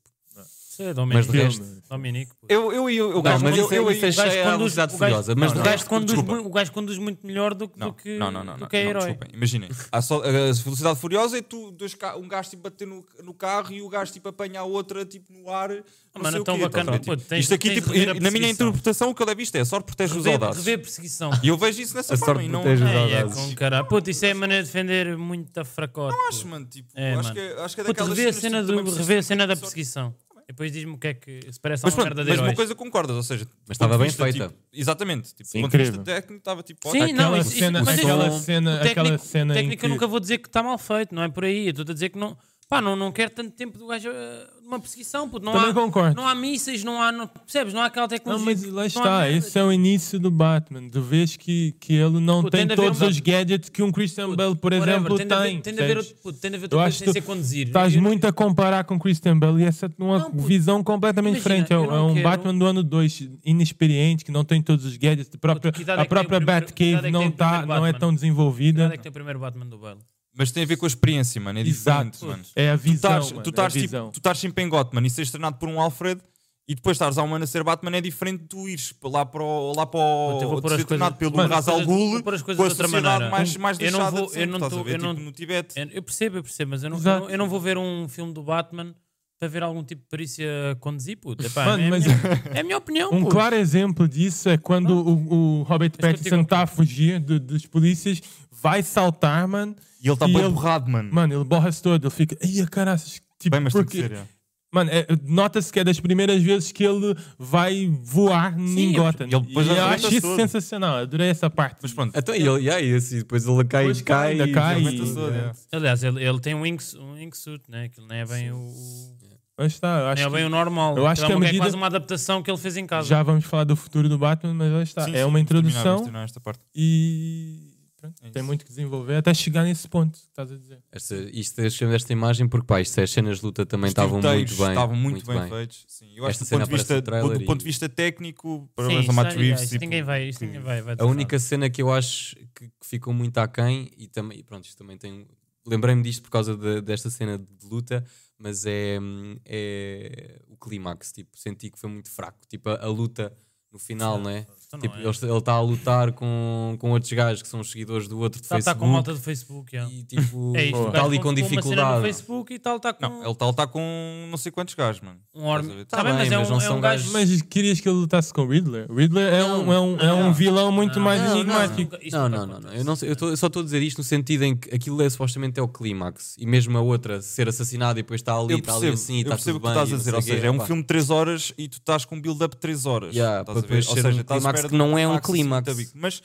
Speaker 4: Isso é Dominique.
Speaker 1: Mas de
Speaker 3: resto-
Speaker 4: Dominique. pô.
Speaker 2: Eu, eu, eu, eu
Speaker 1: Não,
Speaker 2: gosto
Speaker 1: mas
Speaker 2: muito-
Speaker 1: isso,
Speaker 2: eu-
Speaker 1: eu,
Speaker 2: eu-
Speaker 1: isso é
Speaker 4: gajo
Speaker 1: achei a
Speaker 4: conduz-
Speaker 1: velocidade
Speaker 4: o gajo-
Speaker 1: furiosa. Mas
Speaker 4: o,
Speaker 1: não,
Speaker 4: gajo conduz,
Speaker 2: é. desculpa.
Speaker 4: mu- o gajo conduz muito melhor do, que-
Speaker 2: Não,
Speaker 4: do que,
Speaker 2: não, não, não,
Speaker 4: do
Speaker 2: não,
Speaker 4: que é
Speaker 2: não,
Speaker 4: herói.
Speaker 2: desculpem. Imaginem, há só- a velocidade furiosa é tu, dois ca- um gajo tipo bater no, no carro e o gajo tipo apanha a outra tipo no ar. não
Speaker 4: mano,
Speaker 2: sei o
Speaker 4: tão
Speaker 2: quê.
Speaker 4: bacana,
Speaker 2: Tá, tipo,
Speaker 4: pô, tens-
Speaker 2: isto aqui,
Speaker 4: tens de
Speaker 2: tipo,
Speaker 4: rever a
Speaker 2: na minha
Speaker 4: perseguição.
Speaker 2: interpretação, o que eu levo isto é a sorte protege os
Speaker 4: Rever,
Speaker 2: audazes.
Speaker 4: rever perseguição.
Speaker 2: E eu vejo isso nessa
Speaker 1: A
Speaker 2: forma.
Speaker 1: sorte
Speaker 2: e não,
Speaker 1: protege os
Speaker 4: Ei, é
Speaker 1: audazes.
Speaker 4: com caralho. Puto, isso é a maneira de defender muito a fracota.
Speaker 2: não acho, mano. Tipo,
Speaker 4: É,
Speaker 2: acho,
Speaker 4: mano.
Speaker 2: Que, é- acho que é
Speaker 4: Puto,
Speaker 2: daquelas
Speaker 4: rever a
Speaker 2: cenas que
Speaker 4: cena,
Speaker 2: tu
Speaker 4: do,
Speaker 2: também precisas
Speaker 4: rever a
Speaker 2: de
Speaker 4: cena da
Speaker 2: sorte.
Speaker 4: perseguição. E depois diz-me o que é que se parece a
Speaker 2: Mas,
Speaker 4: uma
Speaker 2: pronto,
Speaker 4: merda de
Speaker 2: mas
Speaker 4: heróis.
Speaker 2: uma coisa concordas, ou seja, do ponto
Speaker 1: estava
Speaker 2: de
Speaker 1: bem
Speaker 2: vista,
Speaker 1: feita.
Speaker 2: tipo, exatamente. Tipo, do
Speaker 3: Sim,
Speaker 2: ponto de vista
Speaker 3: incrível.
Speaker 2: técnico estava tipo
Speaker 4: Sim,
Speaker 2: ótimo.
Speaker 4: não,
Speaker 3: Aquela
Speaker 4: isso- isso-
Speaker 3: cena-
Speaker 4: mas
Speaker 3: aquela
Speaker 4: isso-
Speaker 3: cena-
Speaker 4: o técnico,
Speaker 3: aquela cena em
Speaker 4: técnico eu
Speaker 3: que-
Speaker 4: nunca vou dizer que está mal feito, não é por aí. Eu estou a dizer que não. Pá, não, não quero tanto tempo do gajo eh, numa perseguição, puto. Não
Speaker 3: Também
Speaker 4: há,
Speaker 3: concordo.
Speaker 4: Não há mísseis, não há. Não, percebes? Não há aquela
Speaker 3: Não,
Speaker 4: tecnologia.
Speaker 3: mas
Speaker 4: que-
Speaker 3: lá
Speaker 4: há
Speaker 3: está,
Speaker 4: merda.
Speaker 3: esse é o início do Batman. Tu vês que, que ele não
Speaker 4: Pô, tem
Speaker 3: tem
Speaker 4: de haver
Speaker 3: todos
Speaker 4: uma-
Speaker 3: os gadgets que um Christian Bale, por
Speaker 4: Whatever,
Speaker 3: exemplo,
Speaker 4: tem.
Speaker 3: tem.
Speaker 4: de haver- Tem de haver outro-
Speaker 3: percebes?
Speaker 4: puto, tem de haver outra
Speaker 3: Eu
Speaker 4: coisa
Speaker 3: acho
Speaker 4: sem
Speaker 3: que
Speaker 4: ser
Speaker 3: tu
Speaker 4: conduzir.
Speaker 3: Estás
Speaker 4: Eu-
Speaker 3: muito a comparar com Christian Bale e essa é uma
Speaker 4: Não, puto.
Speaker 3: visão completamente
Speaker 4: Imagina,
Speaker 3: diferente. É,
Speaker 4: eu
Speaker 3: um-
Speaker 4: não
Speaker 3: é um
Speaker 4: quero-
Speaker 3: Batman do ano 2, inexperiente, que não tem todos os gadgets. A própria,
Speaker 4: que idade é
Speaker 3: a
Speaker 4: que tem o
Speaker 3: própria
Speaker 4: primeiro- que idade é que
Speaker 3: Batcave não,
Speaker 4: tem o
Speaker 3: tá,
Speaker 4: primeiro
Speaker 3: não é
Speaker 4: Batman?
Speaker 3: tão
Speaker 4: Onde
Speaker 3: desenvolvida.
Speaker 4: é que tem o primeiro Batman do Bale?
Speaker 2: Mas tem a ver com a experiência, mano. É diferente,
Speaker 3: Exato.
Speaker 2: mano.
Speaker 3: É a
Speaker 2: Tu
Speaker 3: visão.
Speaker 2: estás-
Speaker 3: mano,
Speaker 2: Tu
Speaker 3: é a
Speaker 2: estás tipo-
Speaker 3: visão.
Speaker 2: tu estás sempre em Gotham e seres treinado por um Alfred e depois estares há um ano a ser Batman é diferente de tu ires lá para o. Lá para
Speaker 4: Puta, eu vou
Speaker 2: o
Speaker 4: pôr
Speaker 2: de
Speaker 4: as
Speaker 2: ser treinado
Speaker 4: coisas-
Speaker 2: pelo
Speaker 4: Mano,
Speaker 2: Ra's al
Speaker 4: vou pôr as-
Speaker 2: Ghul
Speaker 4: vou pôr as
Speaker 2: com a
Speaker 4: coisas de outra
Speaker 2: sociedade
Speaker 4: maneira.
Speaker 2: mais, mais
Speaker 4: Eu não
Speaker 2: deixada
Speaker 4: vou-
Speaker 2: de
Speaker 4: eu
Speaker 2: sempre,
Speaker 4: não
Speaker 2: estás a
Speaker 4: tô-
Speaker 2: ver?
Speaker 4: eu não-
Speaker 2: Tipo no Tibete.
Speaker 4: Eu eu percebo, eu percebo, mas eu não, eu
Speaker 3: Exato.
Speaker 4: não, eu não vou ver um filme do Batman para ver algum tipo de perícia a conduzir, puto. Epá,
Speaker 3: Mano,
Speaker 4: é, a
Speaker 3: mas-
Speaker 4: minha, é a minha opinião,
Speaker 3: Um
Speaker 4: puto.
Speaker 3: claro exemplo disso é quando o, o Robert
Speaker 4: eu
Speaker 3: Pattinson
Speaker 4: digo-
Speaker 3: está a fugir do- dos polícias, vai saltar, mano.
Speaker 2: E ele está
Speaker 3: E
Speaker 2: bem
Speaker 3: ele-
Speaker 2: borrado, mano.
Speaker 3: Mano, ele borra-se todo, ele fica. Ia caraças. Tipo,
Speaker 2: Bem, mas tem que
Speaker 3: porque-
Speaker 2: ser. é.
Speaker 3: Mano, é- nota-se que é das primeiras vezes que ele vai voar em Gotham.
Speaker 2: ele depois
Speaker 3: E eu
Speaker 2: arrebenta-se
Speaker 3: acho isso
Speaker 2: todo.
Speaker 3: sensacional, adorei essa parte.
Speaker 2: Mas pronto.
Speaker 1: Então, e ele, yeah, e assim, depois ele cai,
Speaker 3: Depois
Speaker 1: cai,
Speaker 3: ainda
Speaker 1: e-
Speaker 3: cai.
Speaker 2: Aguenta-se todo,
Speaker 3: é.
Speaker 2: é.
Speaker 4: Aliás, ele, ele tem um wingsuit, um wingsuit, né? Aquilo não é bem o.
Speaker 3: Mas tá, eu
Speaker 4: Não
Speaker 3: acho
Speaker 4: é bem o
Speaker 3: que
Speaker 4: normal.
Speaker 3: eu acho
Speaker 4: Aquilo
Speaker 3: que a
Speaker 4: é uma- é
Speaker 3: medida-
Speaker 4: quase uma adaptação que ele fez em casa.
Speaker 3: já vamos falar do futuro do Batman, mas lá está.
Speaker 2: Sim,
Speaker 3: é
Speaker 2: sim,
Speaker 3: uma
Speaker 2: vamos terminar,
Speaker 3: introdução
Speaker 2: vamos terminar esta parte.
Speaker 3: e pronto,
Speaker 2: É
Speaker 3: tem
Speaker 2: isso.
Speaker 3: muito que desenvolver até chegar nesse ponto que estás a dizer.
Speaker 1: Esta, isto, eu chamo desta imagem porque, pá, isto, é, as cenas de luta também
Speaker 2: Os
Speaker 1: estavam
Speaker 2: tiroteios
Speaker 1: muito bem.
Speaker 2: Estavam muito, bem, feitos. Sim, eu acho
Speaker 1: Esta
Speaker 2: que do ponto,
Speaker 1: cena
Speaker 2: de vista,
Speaker 1: aparece no
Speaker 2: do
Speaker 1: trailer
Speaker 2: ponto de
Speaker 1: e-
Speaker 2: vista técnico, para
Speaker 4: Sim,
Speaker 2: o Matt
Speaker 4: isso,
Speaker 2: Reeves.
Speaker 4: isso
Speaker 2: tipo,
Speaker 4: ninguém vai, isso
Speaker 2: que-
Speaker 4: ninguém vai. vai
Speaker 1: A
Speaker 4: dizer
Speaker 1: única cena que eu acho que, que ficou muito aquém, e também, e pronto, isto também tem. um, Lembrei-me disto por causa de- desta cena de luta, mas é, hum, é o clímax. Tipo, senti que foi muito fraco. Tipo, a, a luta no final, não é?
Speaker 4: Então não
Speaker 1: Tipo,
Speaker 4: é.
Speaker 1: ele está- ele está a lutar com, com outros gajos que são os seguidores do outro de
Speaker 4: Está
Speaker 1: Facebook.
Speaker 4: Tá, com malta do Facebook, yeah.
Speaker 1: E tipo,
Speaker 4: É isto, o
Speaker 1: está
Speaker 4: gajo
Speaker 1: ali com
Speaker 4: colocou uma cena no
Speaker 1: dificuldade.
Speaker 4: Facebook e tal, está com
Speaker 2: Não, ele está tá com não sei quantos gajos, mano.
Speaker 4: um
Speaker 2: Estás
Speaker 4: orme.
Speaker 2: a ver?
Speaker 4: Está bem, mas é
Speaker 1: mas
Speaker 4: um,
Speaker 1: não
Speaker 4: é
Speaker 1: são
Speaker 4: um gajo.
Speaker 3: Mas querias que ele lutasse com o Riddler? Riddler é, um, é, um, é um vilão muito mais
Speaker 1: não, não.
Speaker 3: enigmático.
Speaker 4: Isto
Speaker 1: Não,
Speaker 4: nunca
Speaker 1: não, não, não.
Speaker 4: acontece.
Speaker 1: Eu, não sei- eu tô- eu só estou a dizer isto no sentido em que aquilo é supostamente é o clímax e mesmo a outra ser assassinada e depois está ali,
Speaker 2: Eu
Speaker 1: está ali
Speaker 2: percebo,
Speaker 1: assim,
Speaker 2: eu
Speaker 1: está
Speaker 2: percebo
Speaker 1: tudo
Speaker 2: o que tu
Speaker 1: bem.
Speaker 2: estás a
Speaker 1: e não
Speaker 2: dizer.
Speaker 1: sei
Speaker 2: Ou
Speaker 1: quê,
Speaker 2: seja, é um
Speaker 1: pá.
Speaker 2: filme de 3 horas e tu estás com um build-up de 3 horas.
Speaker 1: Yeah,
Speaker 2: Estás
Speaker 1: para
Speaker 2: a ver?
Speaker 1: depois
Speaker 2: Ou
Speaker 1: ser
Speaker 2: seja,
Speaker 1: um
Speaker 2: estás à
Speaker 1: clímax
Speaker 2: espera
Speaker 1: que não
Speaker 2: de-
Speaker 1: é um
Speaker 2: ah, que se
Speaker 1: clímax.
Speaker 2: sinta bico. Mas.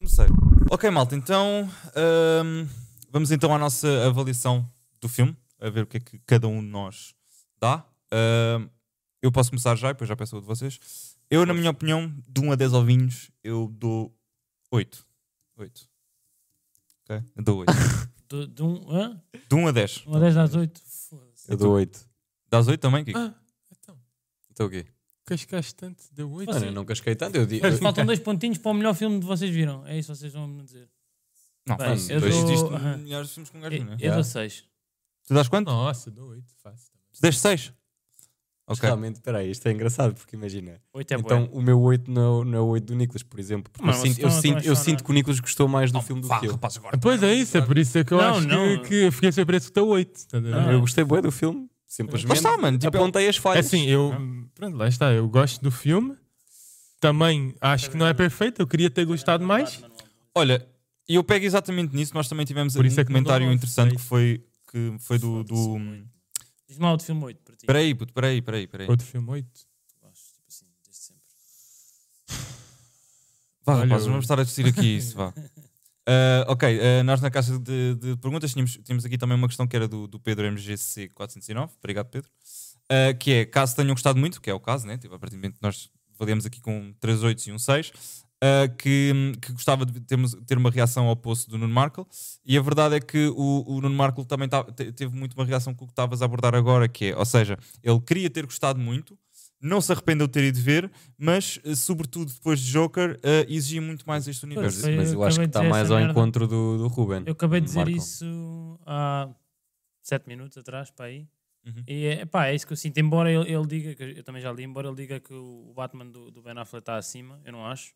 Speaker 2: Não sei. Ok, malta, então. hum, vamos então à nossa avaliação do filme, a ver o que é que cada um de nós dá. Hum, eu posso começar já e depois já peço o de vocês. Eu, na minha opinião, de 1 a 10 ovinhos, eu dou 8. 8. Ok? Eu dou 8.
Speaker 4: De, de um, hã?
Speaker 2: de 1 a 10.
Speaker 4: Uma 10 às 8.
Speaker 1: Eu dou 8.
Speaker 2: Dás 8 também, Kiko?
Speaker 3: Ah, então.
Speaker 1: Então o quê?
Speaker 3: Cascaste tanto, deu 8.
Speaker 1: Mano, eu não casquei tanto. Eu digo.
Speaker 4: Faltam dois pontinhos para o melhor filme de vocês viram. É isso que vocês vão me dizer.
Speaker 2: Não,
Speaker 4: Bem,
Speaker 2: faz-
Speaker 1: eu
Speaker 2: dois
Speaker 4: dou-
Speaker 2: disto
Speaker 4: Aham.
Speaker 2: melhores filmes com gajo,
Speaker 4: Eu,
Speaker 2: não é?
Speaker 4: eu
Speaker 1: Yeah.
Speaker 4: dou 6.
Speaker 2: Tu dás quanto?
Speaker 3: Nossa, deu 8, fácil.
Speaker 2: Deste 6? Ok.
Speaker 1: Realmente, peraí, isto é engraçado porque imagina.
Speaker 4: 8 é
Speaker 1: então
Speaker 4: bom.
Speaker 1: o meu 8 não, não é o 8 do Nicolas, por exemplo. Porque
Speaker 4: Mas
Speaker 1: eu
Speaker 4: vocês
Speaker 1: sinto, eu,
Speaker 4: estão a
Speaker 1: sinto, eu
Speaker 4: transar,
Speaker 1: sinto que o Nicolas gostou mais do
Speaker 2: Não,
Speaker 1: filme do
Speaker 2: vá,
Speaker 1: que eu.
Speaker 2: rapaz, agora.
Speaker 3: Pois é isso, é por isso é que eu
Speaker 4: Não,
Speaker 3: acho
Speaker 4: não.
Speaker 3: Que, que fiquei surpreso que deu 8. tá a ver?
Speaker 4: Ah.
Speaker 1: Eu gostei bem do filme. Simplesmente
Speaker 2: Lá está, mano, tipo,
Speaker 1: apontei as
Speaker 3: É
Speaker 1: falhas.
Speaker 3: assim, eu.
Speaker 4: Ah.
Speaker 3: Pronto, lá está. Eu gosto do filme. Também acho que não é perfeito. Eu queria ter gostado mais.
Speaker 2: Olha, e eu pego exatamente nisso. Nós também tivemos
Speaker 3: Por
Speaker 2: um
Speaker 3: isso é que não dou
Speaker 2: comentário
Speaker 3: nove,
Speaker 2: interessante
Speaker 3: sei.
Speaker 2: que foi, que foi do. do...
Speaker 4: Diz mal de filme 8 para ti.
Speaker 2: Peraí, puto, peraí, peraí, peraí.
Speaker 3: Outro filme 8.
Speaker 4: Acho, tipo assim, desde sempre.
Speaker 2: Vá,
Speaker 3: Olha,
Speaker 2: rapaz,
Speaker 3: eu-
Speaker 2: vamos estar a discutir aqui isso, vá. Ah, ok, ah, nós na caixa de, de perguntas tínhamos, tínhamos aqui também uma questão que era do, do Pedro MGC409, obrigado Pedro, Ah, que é, caso tenham gostado muito, que é o caso, né? Tipo, a partir do momento que nós avaliamos aqui com 3 8 e um 6, ah, que, que gostava de termos, ter uma reação ao posto do Nuno Markle, e a verdade é que o, o Nuno Markle também tá- te- teve muito uma reação com o que estavas a abordar agora, que é, ou seja, ele queria ter gostado muito, não se arrependeu de ter ido ver, mas eh, sobretudo depois de Joker eh, exigia muito mais este
Speaker 1: Mas,
Speaker 2: universo.
Speaker 4: Foi-
Speaker 1: mas eu acho que
Speaker 4: acabei de
Speaker 1: está
Speaker 4: dizer
Speaker 1: mais
Speaker 4: essa
Speaker 1: ao
Speaker 4: merda.
Speaker 1: encontro do, do Ruben.
Speaker 4: Eu acabei de dizer
Speaker 1: Marco.
Speaker 4: isso há 7 minutos atrás, para aí.
Speaker 2: Uhum.
Speaker 4: E é, pá, é isso que eu sinto. Embora ele, ele diga, que eu também já li, embora ele diga que o Batman do, do Ben Affleck está acima, eu não acho.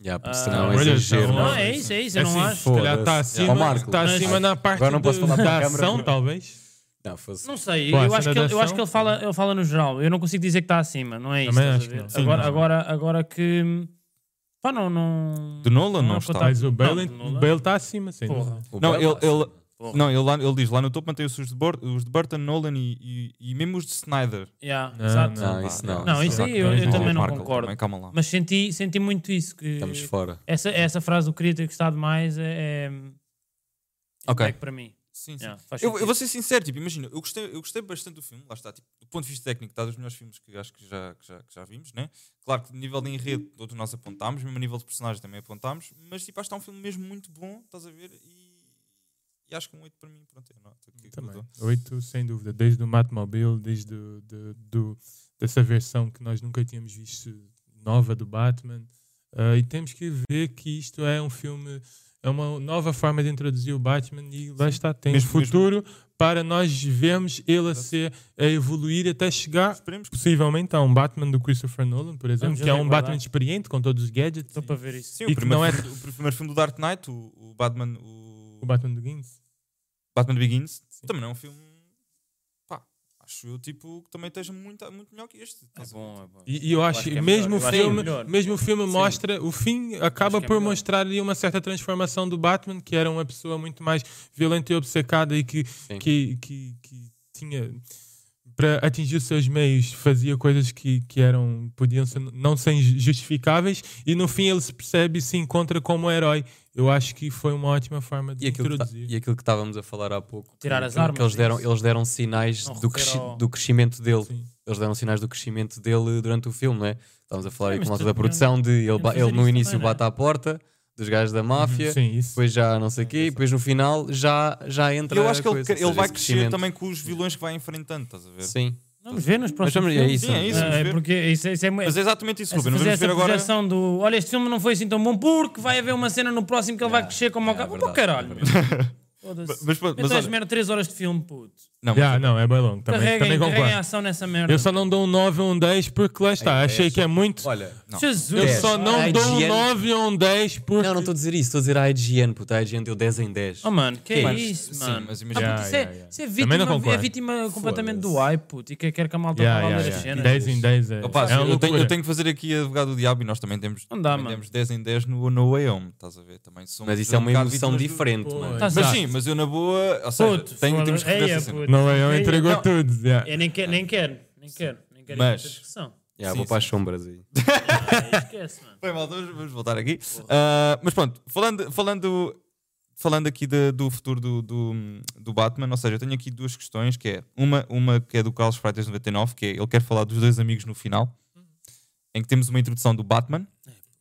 Speaker 1: Yeah, porque
Speaker 4: Ah,
Speaker 1: senão é
Speaker 3: olha,
Speaker 1: exagero.
Speaker 3: então,
Speaker 1: mano.
Speaker 4: Não, é isso, é isso, eu não
Speaker 3: assim,
Speaker 4: acho.
Speaker 3: Se calhar está
Speaker 1: Foda-se.
Speaker 3: acima,
Speaker 1: Ó, Marco,
Speaker 3: tá acima
Speaker 1: ai,
Speaker 3: na parte
Speaker 1: agora não posso
Speaker 3: de-
Speaker 1: falar para a
Speaker 3: da
Speaker 1: câmara,
Speaker 3: ação,
Speaker 1: não.
Speaker 3: talvez.
Speaker 1: Não, fosse-
Speaker 4: Não sei,
Speaker 3: Pô,
Speaker 4: eu,
Speaker 3: a
Speaker 4: acho
Speaker 3: cena
Speaker 4: que ele,
Speaker 3: da
Speaker 4: eu acho que
Speaker 3: ação-
Speaker 4: ele fala, ele fala no geral. Eu não consigo dizer que está acima, não é isso?
Speaker 3: Também
Speaker 4: estás
Speaker 3: acho
Speaker 4: a
Speaker 3: que
Speaker 4: ver?
Speaker 3: não. Sim,
Speaker 4: agora,
Speaker 3: não.
Speaker 4: agora, agora que. Pá, não. não...
Speaker 2: De Nolan não
Speaker 4: é
Speaker 1: Tá.
Speaker 2: está.
Speaker 4: contado.
Speaker 3: Mas o Bale
Speaker 4: Não, não
Speaker 3: o Bale está acima, sim.
Speaker 4: Porra.
Speaker 1: o assim,
Speaker 2: Não,
Speaker 1: Bale
Speaker 2: ele,
Speaker 1: está
Speaker 2: ele,
Speaker 1: acima.
Speaker 4: Porra.
Speaker 2: não ele, lá- ele diz lá no topo mantém-se os de, Bor- os de Burton, Nolan e, e, e mesmo os de Snyder.
Speaker 4: Yeah,
Speaker 3: Não,
Speaker 4: exato.
Speaker 1: assim, Não, Ah, isso não.
Speaker 4: Não, isso aí eu- eu
Speaker 2: Markle
Speaker 4: também não concordo.
Speaker 2: também, calma lá.
Speaker 4: Mas senti, senti muito isso. Que
Speaker 1: Estamos fora.
Speaker 4: essa, essa frase do queria ter gostado mais é. é
Speaker 2: Ok.
Speaker 4: é que para mim.
Speaker 2: Sim, sim.
Speaker 4: Yeah, faz
Speaker 2: Eu, eu
Speaker 4: sentido.
Speaker 2: vou ser sincero, tipo, imagina, eu gostei, eu gostei bastante do filme, lá está, tipo, do ponto de vista técnico, está dos melhores filmes que acho que já, que já, que já vimos, né? Claro que, nível de enredo, todos nós apontámos, mesmo a nível de personagem também apontámos, mas tipo, acho que está um filme mesmo muito bom, estás a ver? E, e acho que um 8 para mim, pronto, é nota. que- que eu
Speaker 3: Também.
Speaker 2: dou.
Speaker 3: Oito, sem dúvida. Desde o Batmobile, desde o, de- do, dessa versão que nós nunca tínhamos visto, nova do Batman. Ah, e temos que ver que isto é um filme, é uma nova forma de introduzir o Batman e lá está, tem um
Speaker 2: Mesmo-
Speaker 3: futuro para nós vermos ele a, ser, a evoluir até chegar,
Speaker 2: Esperemos que
Speaker 3: possivelmente, a um Batman do Christopher Nolan, por exemplo,
Speaker 4: Vamos
Speaker 3: que é um
Speaker 4: aguardar.
Speaker 3: Batman experiente com todos os gadgets.
Speaker 4: Estou para ver isso.
Speaker 2: sim,
Speaker 3: e
Speaker 2: o
Speaker 3: que
Speaker 2: primeiro,
Speaker 3: não é-
Speaker 2: filme, do- o primeiro filme do Dark Knight, o, o Batman, o,
Speaker 3: O Batman do Guinness.
Speaker 2: Batman Begins, também não é um filme. Pá, acho eu tipo que também esteja muito, muito melhor que este.
Speaker 4: É
Speaker 2: estás a ver?
Speaker 4: bom, é bom.
Speaker 3: E, e eu acho,
Speaker 4: acho
Speaker 3: que
Speaker 4: que é melhor,
Speaker 3: mesmo,
Speaker 4: eu
Speaker 3: o
Speaker 4: acho que é
Speaker 3: filme,
Speaker 4: melhor.
Speaker 3: mesmo o filme mostra, o fim acaba
Speaker 4: Acho que é
Speaker 3: por
Speaker 4: melhor.
Speaker 3: mostrar ali uma certa transformação do Batman, que era uma pessoa muito mais violenta e obcecada e que, que, que, que tinha para atingir os seus meios fazia coisas que, que eram podiam ser não ser justificáveis e no fim ele se percebe e se encontra como um herói. Eu acho que foi uma ótima forma de
Speaker 1: E aquilo, que tá-
Speaker 3: introduzir.
Speaker 1: e aquilo que estávamos a falar há pouco. que-
Speaker 4: Tirar as
Speaker 1: que
Speaker 4: armas,
Speaker 1: Eles deram,
Speaker 4: isso.
Speaker 1: eles deram sinais
Speaker 4: Não
Speaker 1: do,
Speaker 4: reter
Speaker 1: cresci-
Speaker 4: ao-
Speaker 1: do crescimento dele.
Speaker 3: Sim.
Speaker 1: Eles deram sinais do crescimento dele durante o filme, não é? Estávamos a falar
Speaker 4: É,
Speaker 1: aí com
Speaker 4: mas
Speaker 1: a malta
Speaker 4: tu-
Speaker 1: da produção de ele,
Speaker 4: Podemos
Speaker 1: ba-
Speaker 4: fazer
Speaker 1: ele no
Speaker 4: isso
Speaker 1: início
Speaker 4: também, não é?
Speaker 1: bate à porta dos gajos da máfia,
Speaker 3: Sim, isso.
Speaker 1: depois já não sei o quê, e depois no final já, já entra.
Speaker 2: eu acho
Speaker 1: a
Speaker 2: que ele,
Speaker 1: coisa,
Speaker 2: ele
Speaker 1: ou seja,
Speaker 2: vai
Speaker 1: esse
Speaker 2: crescer
Speaker 1: crescimento.
Speaker 2: também com os vilões que vai enfrentando, estás a ver?
Speaker 1: Sim.
Speaker 4: Vamos ver nos
Speaker 1: Mas
Speaker 4: próximos
Speaker 1: vamos, é
Speaker 4: filmes.
Speaker 1: isso.
Speaker 2: Sim, é isso.
Speaker 4: Ah, é
Speaker 2: vamos ver.
Speaker 4: porque isso, isso é, mu-
Speaker 2: Mas é exatamente isso,
Speaker 4: essa,
Speaker 2: Ruben. Não
Speaker 4: fazer
Speaker 2: vamos
Speaker 4: essa
Speaker 2: ver agora.
Speaker 4: projeção do olha, este filme não foi assim tão bom porque vai haver uma cena no próximo que ele vai crescer como ao
Speaker 1: Yeah,
Speaker 4: cabo.
Speaker 1: é
Speaker 4: Pô,
Speaker 1: verdade,
Speaker 4: caralho.
Speaker 1: é
Speaker 4: meu. Foda-se.
Speaker 2: Mas pronto, mas
Speaker 4: Então és
Speaker 2: olha,
Speaker 4: merda 3 horas de filme, puto.
Speaker 2: não, mas-
Speaker 3: Yeah, não, é bem longo. Também,
Speaker 4: Carreguem,
Speaker 3: também
Speaker 4: carreguem a
Speaker 3: concordo.
Speaker 4: ação nessa merda.
Speaker 3: Eu só não dou um 9 ou um 10 porque lá está.
Speaker 1: Ei,
Speaker 3: achei
Speaker 1: dez.
Speaker 3: que é muito.
Speaker 1: Olha,
Speaker 2: não.
Speaker 4: Jesus.
Speaker 3: Eu só não
Speaker 1: A
Speaker 3: dou um
Speaker 1: IGN
Speaker 3: 9 ou um 10 porque.
Speaker 1: não, não estou a dizer isso, estou a dizer a IGN, puta, a IGN deu 10 em 10.
Speaker 4: Oh mano, que é
Speaker 2: Mas,
Speaker 4: isso,
Speaker 2: sim,
Speaker 4: mano?
Speaker 2: mas imagina-
Speaker 4: Ah, puto, isso,
Speaker 3: Yeah,
Speaker 4: é,
Speaker 3: yeah,
Speaker 4: isso é
Speaker 3: yeah. Também não
Speaker 4: vítima, é
Speaker 3: concordo.
Speaker 4: vítima completamente do
Speaker 1: Foda-se.
Speaker 4: hype, puto, e quer, quer que a malta
Speaker 3: Yeah,
Speaker 4: vá lá
Speaker 3: yeah,
Speaker 4: ver as cenas.
Speaker 3: yeah. 10 em 10 é.
Speaker 2: Opa,
Speaker 3: é uma
Speaker 2: eu, tenho, eu
Speaker 3: loucura.
Speaker 2: tenho que fazer aqui advogado do diabo e nós também temos,
Speaker 4: Não dá,
Speaker 2: também
Speaker 4: mano.
Speaker 2: temos 10 em 10 no No Way Home, estás a ver? Também somos
Speaker 1: Mas isso é
Speaker 2: um
Speaker 1: uma
Speaker 2: bocado
Speaker 1: emoção
Speaker 2: vítimas do-
Speaker 1: diferente,
Speaker 3: Pô,
Speaker 1: mano.
Speaker 3: é.
Speaker 4: Tá
Speaker 2: Mas
Speaker 4: certo.
Speaker 2: sim, mas eu na boa, ou seja,
Speaker 4: Puto,
Speaker 2: tenho, temos que
Speaker 4: foda-se. é
Speaker 2: rever
Speaker 4: Eia,
Speaker 2: essa cena.
Speaker 4: puto.
Speaker 3: Não, eu
Speaker 4: Eia,
Speaker 3: entregou
Speaker 4: não.
Speaker 3: tudo. yeah.
Speaker 4: Eu nem quero, nem quero, nem quero, nem quero
Speaker 2: Mas-
Speaker 4: essa discussão.
Speaker 1: Yeah,
Speaker 2: Sim,
Speaker 1: vou para as sombras aí.
Speaker 4: Ah, Esquece, mano.
Speaker 2: Bem, malta, vamos, vamos voltar aqui. Ah, mas pronto, falando, falando, falando aqui de- do futuro do, do, do Batman, ou seja, eu tenho aqui duas questões, que é uma, uma que é do Carlos Freitas 99, que é ele quer falar dos dois amigos no final, em que temos uma introdução do Batman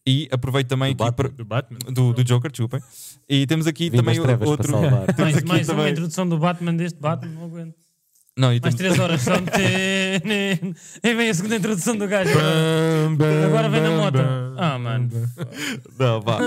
Speaker 2: e aproveito também
Speaker 1: Do
Speaker 2: aqui
Speaker 1: Batman.
Speaker 2: para-
Speaker 3: Do Batman.
Speaker 2: do, do Joker, desculpem. E temos aqui Tipo
Speaker 1: Vim
Speaker 2: também
Speaker 1: das trevas
Speaker 2: outro.
Speaker 1: para salvar.
Speaker 2: temos
Speaker 4: Mais,
Speaker 2: aqui
Speaker 4: mais uma
Speaker 2: também-
Speaker 4: introdução do Batman deste Batman, não aguento.
Speaker 2: Não, e
Speaker 4: Mais
Speaker 2: temos,
Speaker 4: 3 horas só meter. Aí vem a segunda introdução do gajo. Agora vem na moto. Ah, mano.
Speaker 2: Não, vá.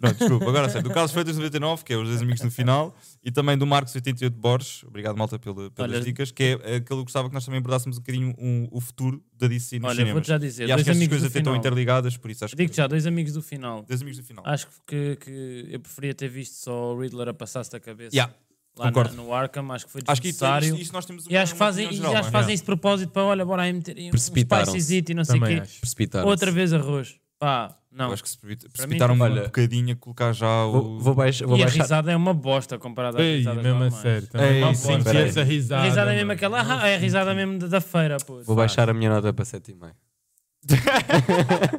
Speaker 2: Não, desculpa, agora sei. Do Carlos Freitas 99, que é os dois amigos no final, e também do Marcos 88 Borges, obrigado malta pela- pelas
Speaker 4: Olha-
Speaker 2: dicas, que é aquele que gostava que nós também abordássemos um bocadinho um- o futuro da DC nos
Speaker 4: Olha,
Speaker 2: cinemas.
Speaker 4: vou-te já dizer.
Speaker 2: e acho
Speaker 4: Dois
Speaker 2: que essas
Speaker 4: amigos
Speaker 2: coisas
Speaker 4: do
Speaker 2: até estão
Speaker 4: final.
Speaker 2: interligadas, por isso acho que.
Speaker 4: Digo já, dois amigos do final.
Speaker 2: Dois amigos no final.
Speaker 4: Acho que, que eu preferia ter visto só o Riddler a passar-se da cabeça
Speaker 2: Yeah,
Speaker 4: lá na,
Speaker 2: concordo.
Speaker 4: no Arkham. Acho que foi
Speaker 2: Acho que isso, é
Speaker 4: desnecessário.
Speaker 2: isto nós temos
Speaker 4: e acho que fazem, e acho que fazem isso de propósito para, olha, bora aí meter um
Speaker 1: Precipitaram-se.
Speaker 4: spicyzito e não sei o
Speaker 3: Também
Speaker 4: quê.
Speaker 3: acho.
Speaker 1: Precipitar.
Speaker 4: Outra vez arroz. Pá, não.
Speaker 2: Acho que se precipita-
Speaker 4: Para mim,
Speaker 2: precipitaram um
Speaker 1: olha,
Speaker 2: bocadinho a colocar já
Speaker 1: Vou,
Speaker 2: o.
Speaker 1: vou, baix- vou
Speaker 4: e a
Speaker 1: baixar.
Speaker 4: risada é uma bosta comparada às
Speaker 3: Ei,
Speaker 4: risadas
Speaker 3: mesmo a
Speaker 4: normais.
Speaker 3: sério.
Speaker 2: Ei,
Speaker 3: também. Mal
Speaker 2: sim,
Speaker 3: senti
Speaker 1: peraí.
Speaker 3: essa
Speaker 4: A
Speaker 3: risada.
Speaker 4: risada é mesmo
Speaker 3: mano.
Speaker 4: aquela, ah, é a risada mesmo da, da feira, pô.
Speaker 1: Vou baixar a minha nota para 7,5.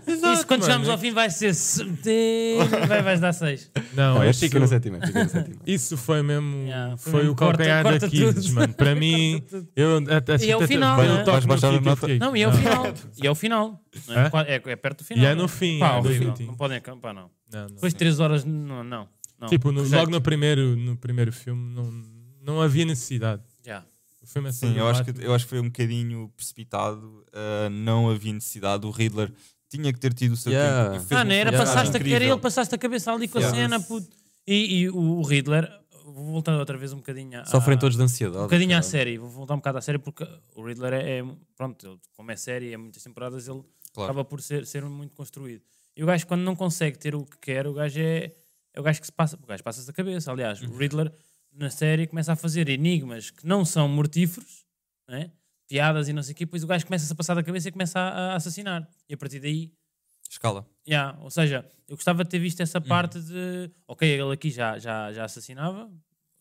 Speaker 4: Isso quando chegarmos ao fim vai ser certinho, vai, vais dar 6.
Speaker 3: Não,
Speaker 1: Não, é eu
Speaker 3: isso-
Speaker 1: fico no 7,5. fica no 7,5.
Speaker 3: Isso foi mesmo.
Speaker 4: Yeah, foi
Speaker 3: foi
Speaker 4: mesmo
Speaker 3: o
Speaker 4: corta-
Speaker 3: calcanhar
Speaker 4: corta
Speaker 3: da Kids,
Speaker 4: tudo.
Speaker 3: mano. Para mim, eu até
Speaker 4: E é o final, né?
Speaker 2: Vais baixar a nota?
Speaker 4: Não, e é o final. E é o final. não É,
Speaker 3: Hã?
Speaker 4: Qua- é, é perto do final.
Speaker 3: E é
Speaker 4: não
Speaker 3: no fim,
Speaker 4: Pá,
Speaker 3: é no
Speaker 4: horrível.
Speaker 3: fim.
Speaker 4: Não podem acampar, não.
Speaker 3: Não, não.
Speaker 4: Depois de 3 horas, não. não, não.
Speaker 3: Tipo, no-
Speaker 4: Rejeito.
Speaker 3: logo no primeiro, no primeiro filme, não, não havia necessidade.
Speaker 4: Já.
Speaker 3: O filme é sobre
Speaker 2: Sim, eu
Speaker 3: o
Speaker 2: acho, que,
Speaker 3: Batman.
Speaker 2: eu acho que foi um bocadinho precipitado. ah, não havia necessidade. O Riddler tinha que ter tido o seu
Speaker 1: Yeah.
Speaker 2: tempo. e fez
Speaker 4: Ah, não
Speaker 2: um
Speaker 4: era?
Speaker 2: personagem
Speaker 4: Passaste a,
Speaker 2: incrível.
Speaker 4: era ele, passaste a cabeça ali com a
Speaker 2: Yeah.
Speaker 4: cena, puto. E, e o o Riddler, voltando outra vez um bocadinho a.
Speaker 1: Sofrem todos de ansiedade.
Speaker 4: Um bocadinho à
Speaker 1: caralho.
Speaker 4: série, vou voltar um bocado à série porque o Riddler é, é- pronto, ele, como é série, é muitas temporadas, ele
Speaker 2: Claro.
Speaker 4: acaba por ser, ser muito construído. E o gajo, quando não consegue ter o que quer, o gajo é, é o gajo que se passa, o gajo passa-se da cabeça. Aliás, o Riddler na série começa a fazer enigmas que não são mortíferos, né? piadas e não sei o quê, pois o gajo começa-se a passar da cabeça e começa a, a assassinar. E a partir daí
Speaker 2: Escala.
Speaker 4: Yeah, ou seja, eu gostava de ter visto essa
Speaker 2: Uhum.
Speaker 4: parte de ok, ele aqui já, já, já assassinava,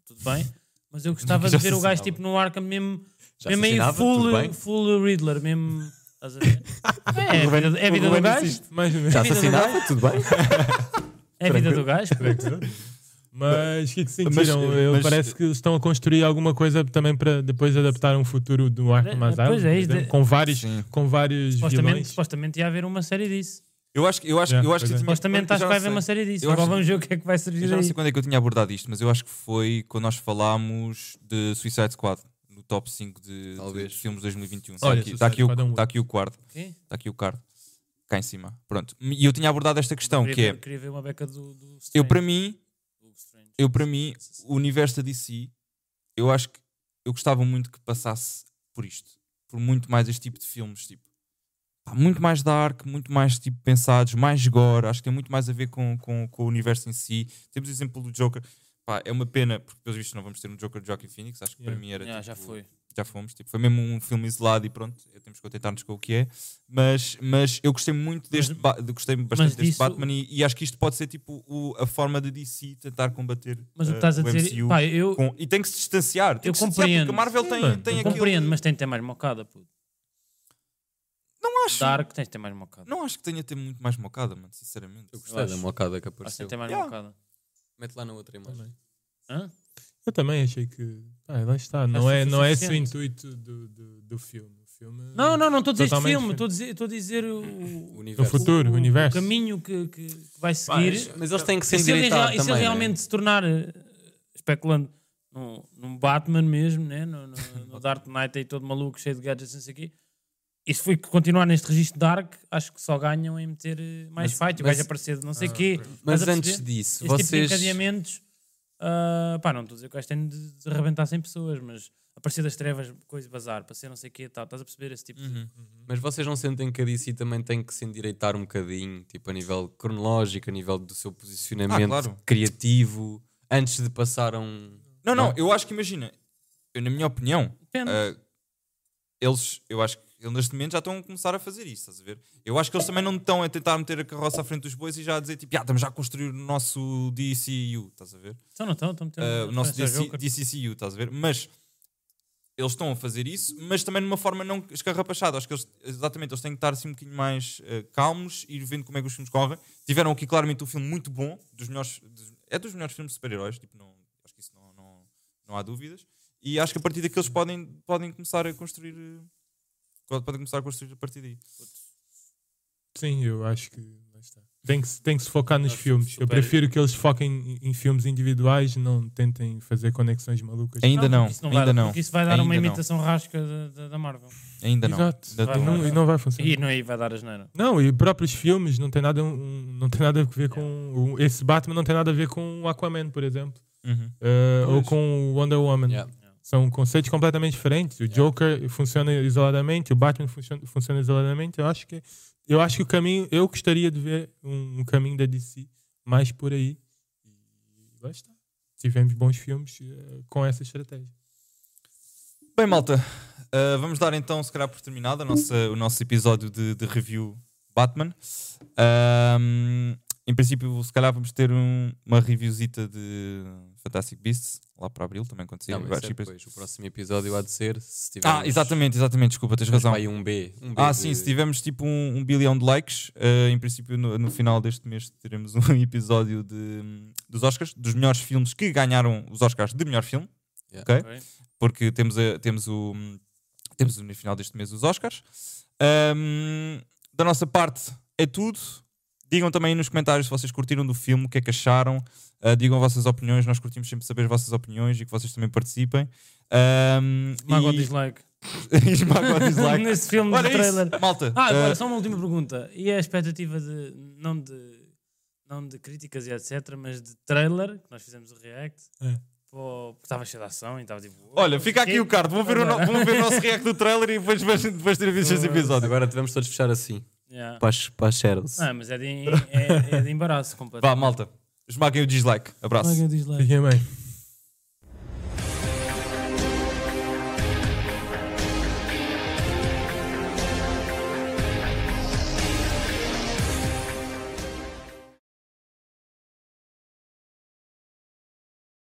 Speaker 4: tudo bem, mas eu gostava de
Speaker 2: Já
Speaker 4: ver o gajo
Speaker 2: assassinava.
Speaker 4: tipo no arca mesmo,
Speaker 1: Já
Speaker 4: mesmo aí
Speaker 1: assassinava, tudo
Speaker 4: assim, full,
Speaker 1: bem?
Speaker 4: full Riddler, mesmo. Estás a ver? É, é a vida, é a vida
Speaker 3: Mas
Speaker 4: do gajo.
Speaker 3: existe, mais ou menos.
Speaker 2: Tá.
Speaker 1: Já
Speaker 4: Vida do
Speaker 1: assassinava? Tudo bem?
Speaker 4: É a vida do gajo. pô.
Speaker 3: Mas o que, é que sentiram? Eu-
Speaker 2: mas-
Speaker 3: parece que estão a construir alguma coisa também para depois adaptar um futuro do Arkham
Speaker 4: É,
Speaker 3: Asylum,
Speaker 4: pois é,
Speaker 3: por
Speaker 4: isso
Speaker 3: exemplo,
Speaker 4: de-
Speaker 3: com vários,
Speaker 2: Sim.
Speaker 3: com vários
Speaker 4: Supostamente,
Speaker 3: vilões.
Speaker 4: supostamente ia haver uma série disso.
Speaker 2: Eu acho, que- eu acho, que-
Speaker 3: Yeah,
Speaker 2: eu acho que
Speaker 3: pois é.
Speaker 2: tinha-
Speaker 4: Supostamente
Speaker 2: eu
Speaker 4: acho
Speaker 2: já
Speaker 4: que vai
Speaker 2: não
Speaker 4: haver uma
Speaker 2: sei.
Speaker 4: série disso.
Speaker 2: Eu
Speaker 4: Agora
Speaker 2: acho-
Speaker 4: vamos ver o que é que vai
Speaker 2: Eu
Speaker 4: surgir
Speaker 2: já não sei
Speaker 4: aí.
Speaker 2: quando é que eu tinha abordado isto, mas eu acho que foi quando nós falámos de Suicide Squad no top 5 de, de
Speaker 1: Talvez.
Speaker 2: filmes 2021.
Speaker 3: Olha,
Speaker 2: está aqui,
Speaker 3: Suicide Squad é um
Speaker 2: o, tá
Speaker 3: oito.
Speaker 2: aqui o quarto.
Speaker 4: Quê?
Speaker 2: Está aqui o card. Cá em cima. Pronto. E eu tinha abordado esta questão,
Speaker 4: Queria
Speaker 2: que
Speaker 4: ver-
Speaker 2: é.
Speaker 4: Queria ver uma beca do, do Strange.
Speaker 2: Eu, para mim,
Speaker 4: do Strange.
Speaker 2: eu para mim, o universo da DC, eu acho que eu gostava muito que passasse por isto, por muito mais este tipo de filmes, tipo, pá, muito mais dark, muito mais tipo pensados, mais gore, acho que tem muito mais a ver com, com, com o universo em si. Temos o exemplo do Joker, pá, é uma pena, porque pelos vistos não vamos ter um Joker de Joaquin Phoenix, acho que
Speaker 3: Yeah.
Speaker 2: para mim era
Speaker 4: Yeah, já
Speaker 2: tipo,
Speaker 4: foi.
Speaker 2: já fomos, tipo, foi mesmo um filme isolado e pronto, é temos que contentar-nos com o que é, mas, mas eu gostei muito deste, ba- de- gostei bastante
Speaker 4: mas
Speaker 2: deste
Speaker 4: disso-
Speaker 2: Batman e, e acho que isto pode ser tipo o- a forma de DC tentar combater
Speaker 4: Mas o
Speaker 2: eh,
Speaker 4: que estás a dizer.
Speaker 2: MCU
Speaker 4: Pá, eu,
Speaker 2: com- e tem que se distanciar, tem
Speaker 4: Eu
Speaker 2: que se distanciar,
Speaker 4: compreendo.
Speaker 2: porque a Marvel
Speaker 3: Sim,
Speaker 2: tem,
Speaker 3: mano,
Speaker 2: tem
Speaker 3: eu
Speaker 2: aquele...
Speaker 4: Compreendo, mas tem de ter mais mocada, puto.
Speaker 2: Não acho,
Speaker 4: Dark tens de ter mais mocada.
Speaker 2: não acho que tenha ter muito mais mocada, mano, sinceramente.
Speaker 1: Eu gostei da
Speaker 4: acho.
Speaker 1: mocada que
Speaker 4: Acho que
Speaker 1: apareceu.
Speaker 4: tem de ter mais
Speaker 2: Yeah.
Speaker 4: mocada.
Speaker 1: Mete lá na outra imagem.
Speaker 3: Também.
Speaker 4: Hã?
Speaker 3: Eu também achei que. Ah, lá está. Não
Speaker 4: Acho
Speaker 3: é,
Speaker 4: que foi
Speaker 3: não é esse o
Speaker 4: suficiente.
Speaker 3: intuito do, do, do filme. O filme.
Speaker 4: Não, não, não estou a dizer este
Speaker 3: Totalmente
Speaker 4: filme,
Speaker 3: diferente.
Speaker 4: estou a dizer, estou a dizer o,
Speaker 1: Universo. O
Speaker 3: futuro, o universo.
Speaker 4: O caminho que, que, que vai seguir.
Speaker 1: Mas eles têm que
Speaker 4: e
Speaker 1: ser
Speaker 4: se ele, rea-
Speaker 1: endireitados
Speaker 4: e se ele
Speaker 1: também. né?
Speaker 4: realmente
Speaker 2: né?
Speaker 4: se tornar, eh, especulando, num, num Batman mesmo, né? no, no, no Dark Knight aí todo maluco, cheio de gadgets, não sei o quê. E se foi continuar neste registro Dark, acho que só ganham em meter eh, mais
Speaker 1: Mas-
Speaker 4: fight. O
Speaker 1: mas-
Speaker 2: Ah,
Speaker 4: gajo aparecer de não sei o quê.
Speaker 1: Mas
Speaker 4: Estás a
Speaker 1: antes
Speaker 4: perceber? Este
Speaker 1: disso,
Speaker 4: tipo de
Speaker 1: vocês.
Speaker 4: encadeamentos. ah, ah, pá, não estou a dizer que o gajo tem de, de arrebentar 100 pessoas, mas aparecer das trevas, coisa bazar, aparecer não sei o quê, tal. Estás a perceber esse tipo
Speaker 2: Uhum.
Speaker 4: de.
Speaker 1: Mas vocês não sentem que a DC também tem que se endireitar um bocadinho, tipo a nível cronológico, a nível do seu posicionamento
Speaker 2: claro.
Speaker 1: criativo, antes de passar a um.
Speaker 2: Não, não, eu acho que imagina, eu, na minha opinião,
Speaker 4: Depende.
Speaker 2: ah, eles, eu acho que eles neste momento já estão a começar a fazer isso, estás a ver? Eu acho que eles também não estão a tentar meter a carroça à frente dos bois e já a dizer tipo, ah, estamos já a construir o nosso DCU, estás a ver?
Speaker 4: Então não estão, estão a meter
Speaker 2: Ah,
Speaker 4: uma
Speaker 2: o nosso
Speaker 4: referência ao
Speaker 2: DC,
Speaker 4: Joker.
Speaker 2: DCCU, estás a ver? Mas eles estão a fazer isso, mas também de uma forma não escarrapachada. Acho que eles, exatamente, eles têm que estar assim um bocadinho mais ah, calmos e ir vendo como é que os filmes correm. Tiveram aqui claramente um filme muito bom, dos melhores, dos- é dos melhores filmes de super-heróis, tipo, não, acho que isso não, não, não há dúvidas. E acho que a partir daqui eles podem, podem começar a construir. ah, Podem começar a construir a partir daí.
Speaker 3: Sim, eu acho que lá está. Tem que, se- tem que se focar nos
Speaker 4: Acho
Speaker 3: filmes. Eu
Speaker 4: super-
Speaker 3: prefiro que eles foquem em, em filmes individuais, não tentem fazer conexões malucas.
Speaker 2: Ainda não,
Speaker 4: porque isso vai
Speaker 2: ainda
Speaker 4: dar-
Speaker 2: não.
Speaker 4: Porque isso vai dar uma
Speaker 2: Ainda não.
Speaker 4: imitação rasca da- da- da Marvel.
Speaker 2: Ainda não.
Speaker 3: Exato.
Speaker 2: Ainda
Speaker 3: E
Speaker 2: não.
Speaker 3: não, e não vai funcionar.
Speaker 4: E não aí vai dar asneira.
Speaker 3: Não, e próprios filmes não tem nada, um- não tem nada a ver com. o- Esse Batman não tem nada a ver com o Aquaman, por exemplo.
Speaker 2: Uhum.
Speaker 3: Eh, ou
Speaker 1: Pois.
Speaker 3: com o Wonder Woman.
Speaker 1: Yeah.
Speaker 3: São conceitos completamente diferentes. O Joker funciona isoladamente, o Batman funciona, funciona isoladamente. Eu acho que eu acho que o caminho, eu gostaria de ver um, um caminho da DC mais por aí. E lá está. Tivemos bons filmes eh, com essa estratégia.
Speaker 2: Bem, malta, uh, vamos dar então, se calhar, por terminado a nossa- o nosso episódio de, de review Batman. Ahm, em princípio, se calhar, vamos ter um- uma reviewzita de Fantastic Beasts lá para abril, também acontecia.
Speaker 1: Não, mas isso é depois. O próximo episódio há de ser se tivermos.
Speaker 2: tipo ah, exatamente, exatamente, desculpa, tens
Speaker 1: temos
Speaker 2: razão.
Speaker 1: para aí um B. um B
Speaker 2: Ah,
Speaker 1: de-
Speaker 2: sim, se tivermos tipo um, um bilhão de likes, eh, em princípio no, no final deste mês teremos um episódio de, hum, dos Oscars, dos melhores filmes que ganharam os Oscars de melhor filme.
Speaker 1: Yeah.
Speaker 2: ok? Porque temos, a- temos, o, temos no final deste mês os Oscars. Ahm, da nossa parte é tudo. Digam também aí nos comentários se vocês curtiram do filme, o que é que acharam. Ah, digam vossas opiniões, nós curtimos sempre saber as vossas opiniões e que vocês também participem. Ahm,
Speaker 4: Mago
Speaker 2: e-
Speaker 4: dislike.
Speaker 2: e esmaga o dislike.
Speaker 4: Nesse filme
Speaker 2: Ora,
Speaker 4: do
Speaker 2: é isso.
Speaker 4: trailer.
Speaker 2: malta.
Speaker 4: Ah, agora
Speaker 2: ah,
Speaker 4: só uma última pergunta. E a expectativa de não de não de críticas e etc, mas de trailer, que nós fizemos o react.
Speaker 3: É.
Speaker 4: pô, Porque estava cheio de ação e estava tipo.
Speaker 2: Olha, fica aqui o card. Vão ver, o no- vão ver o nosso react do trailer e depois, depois, depois ter visto este episódio.
Speaker 1: Agora devemos todos fechar assim.
Speaker 4: Yeah.
Speaker 1: Para as, para as shadows.
Speaker 4: Não, mas é de, é, é de embaraço
Speaker 2: Vá,
Speaker 4: completamente.
Speaker 2: malta. Esmaguem o dislike. Abraço.
Speaker 4: Mago dislike.
Speaker 3: Fiquem bem.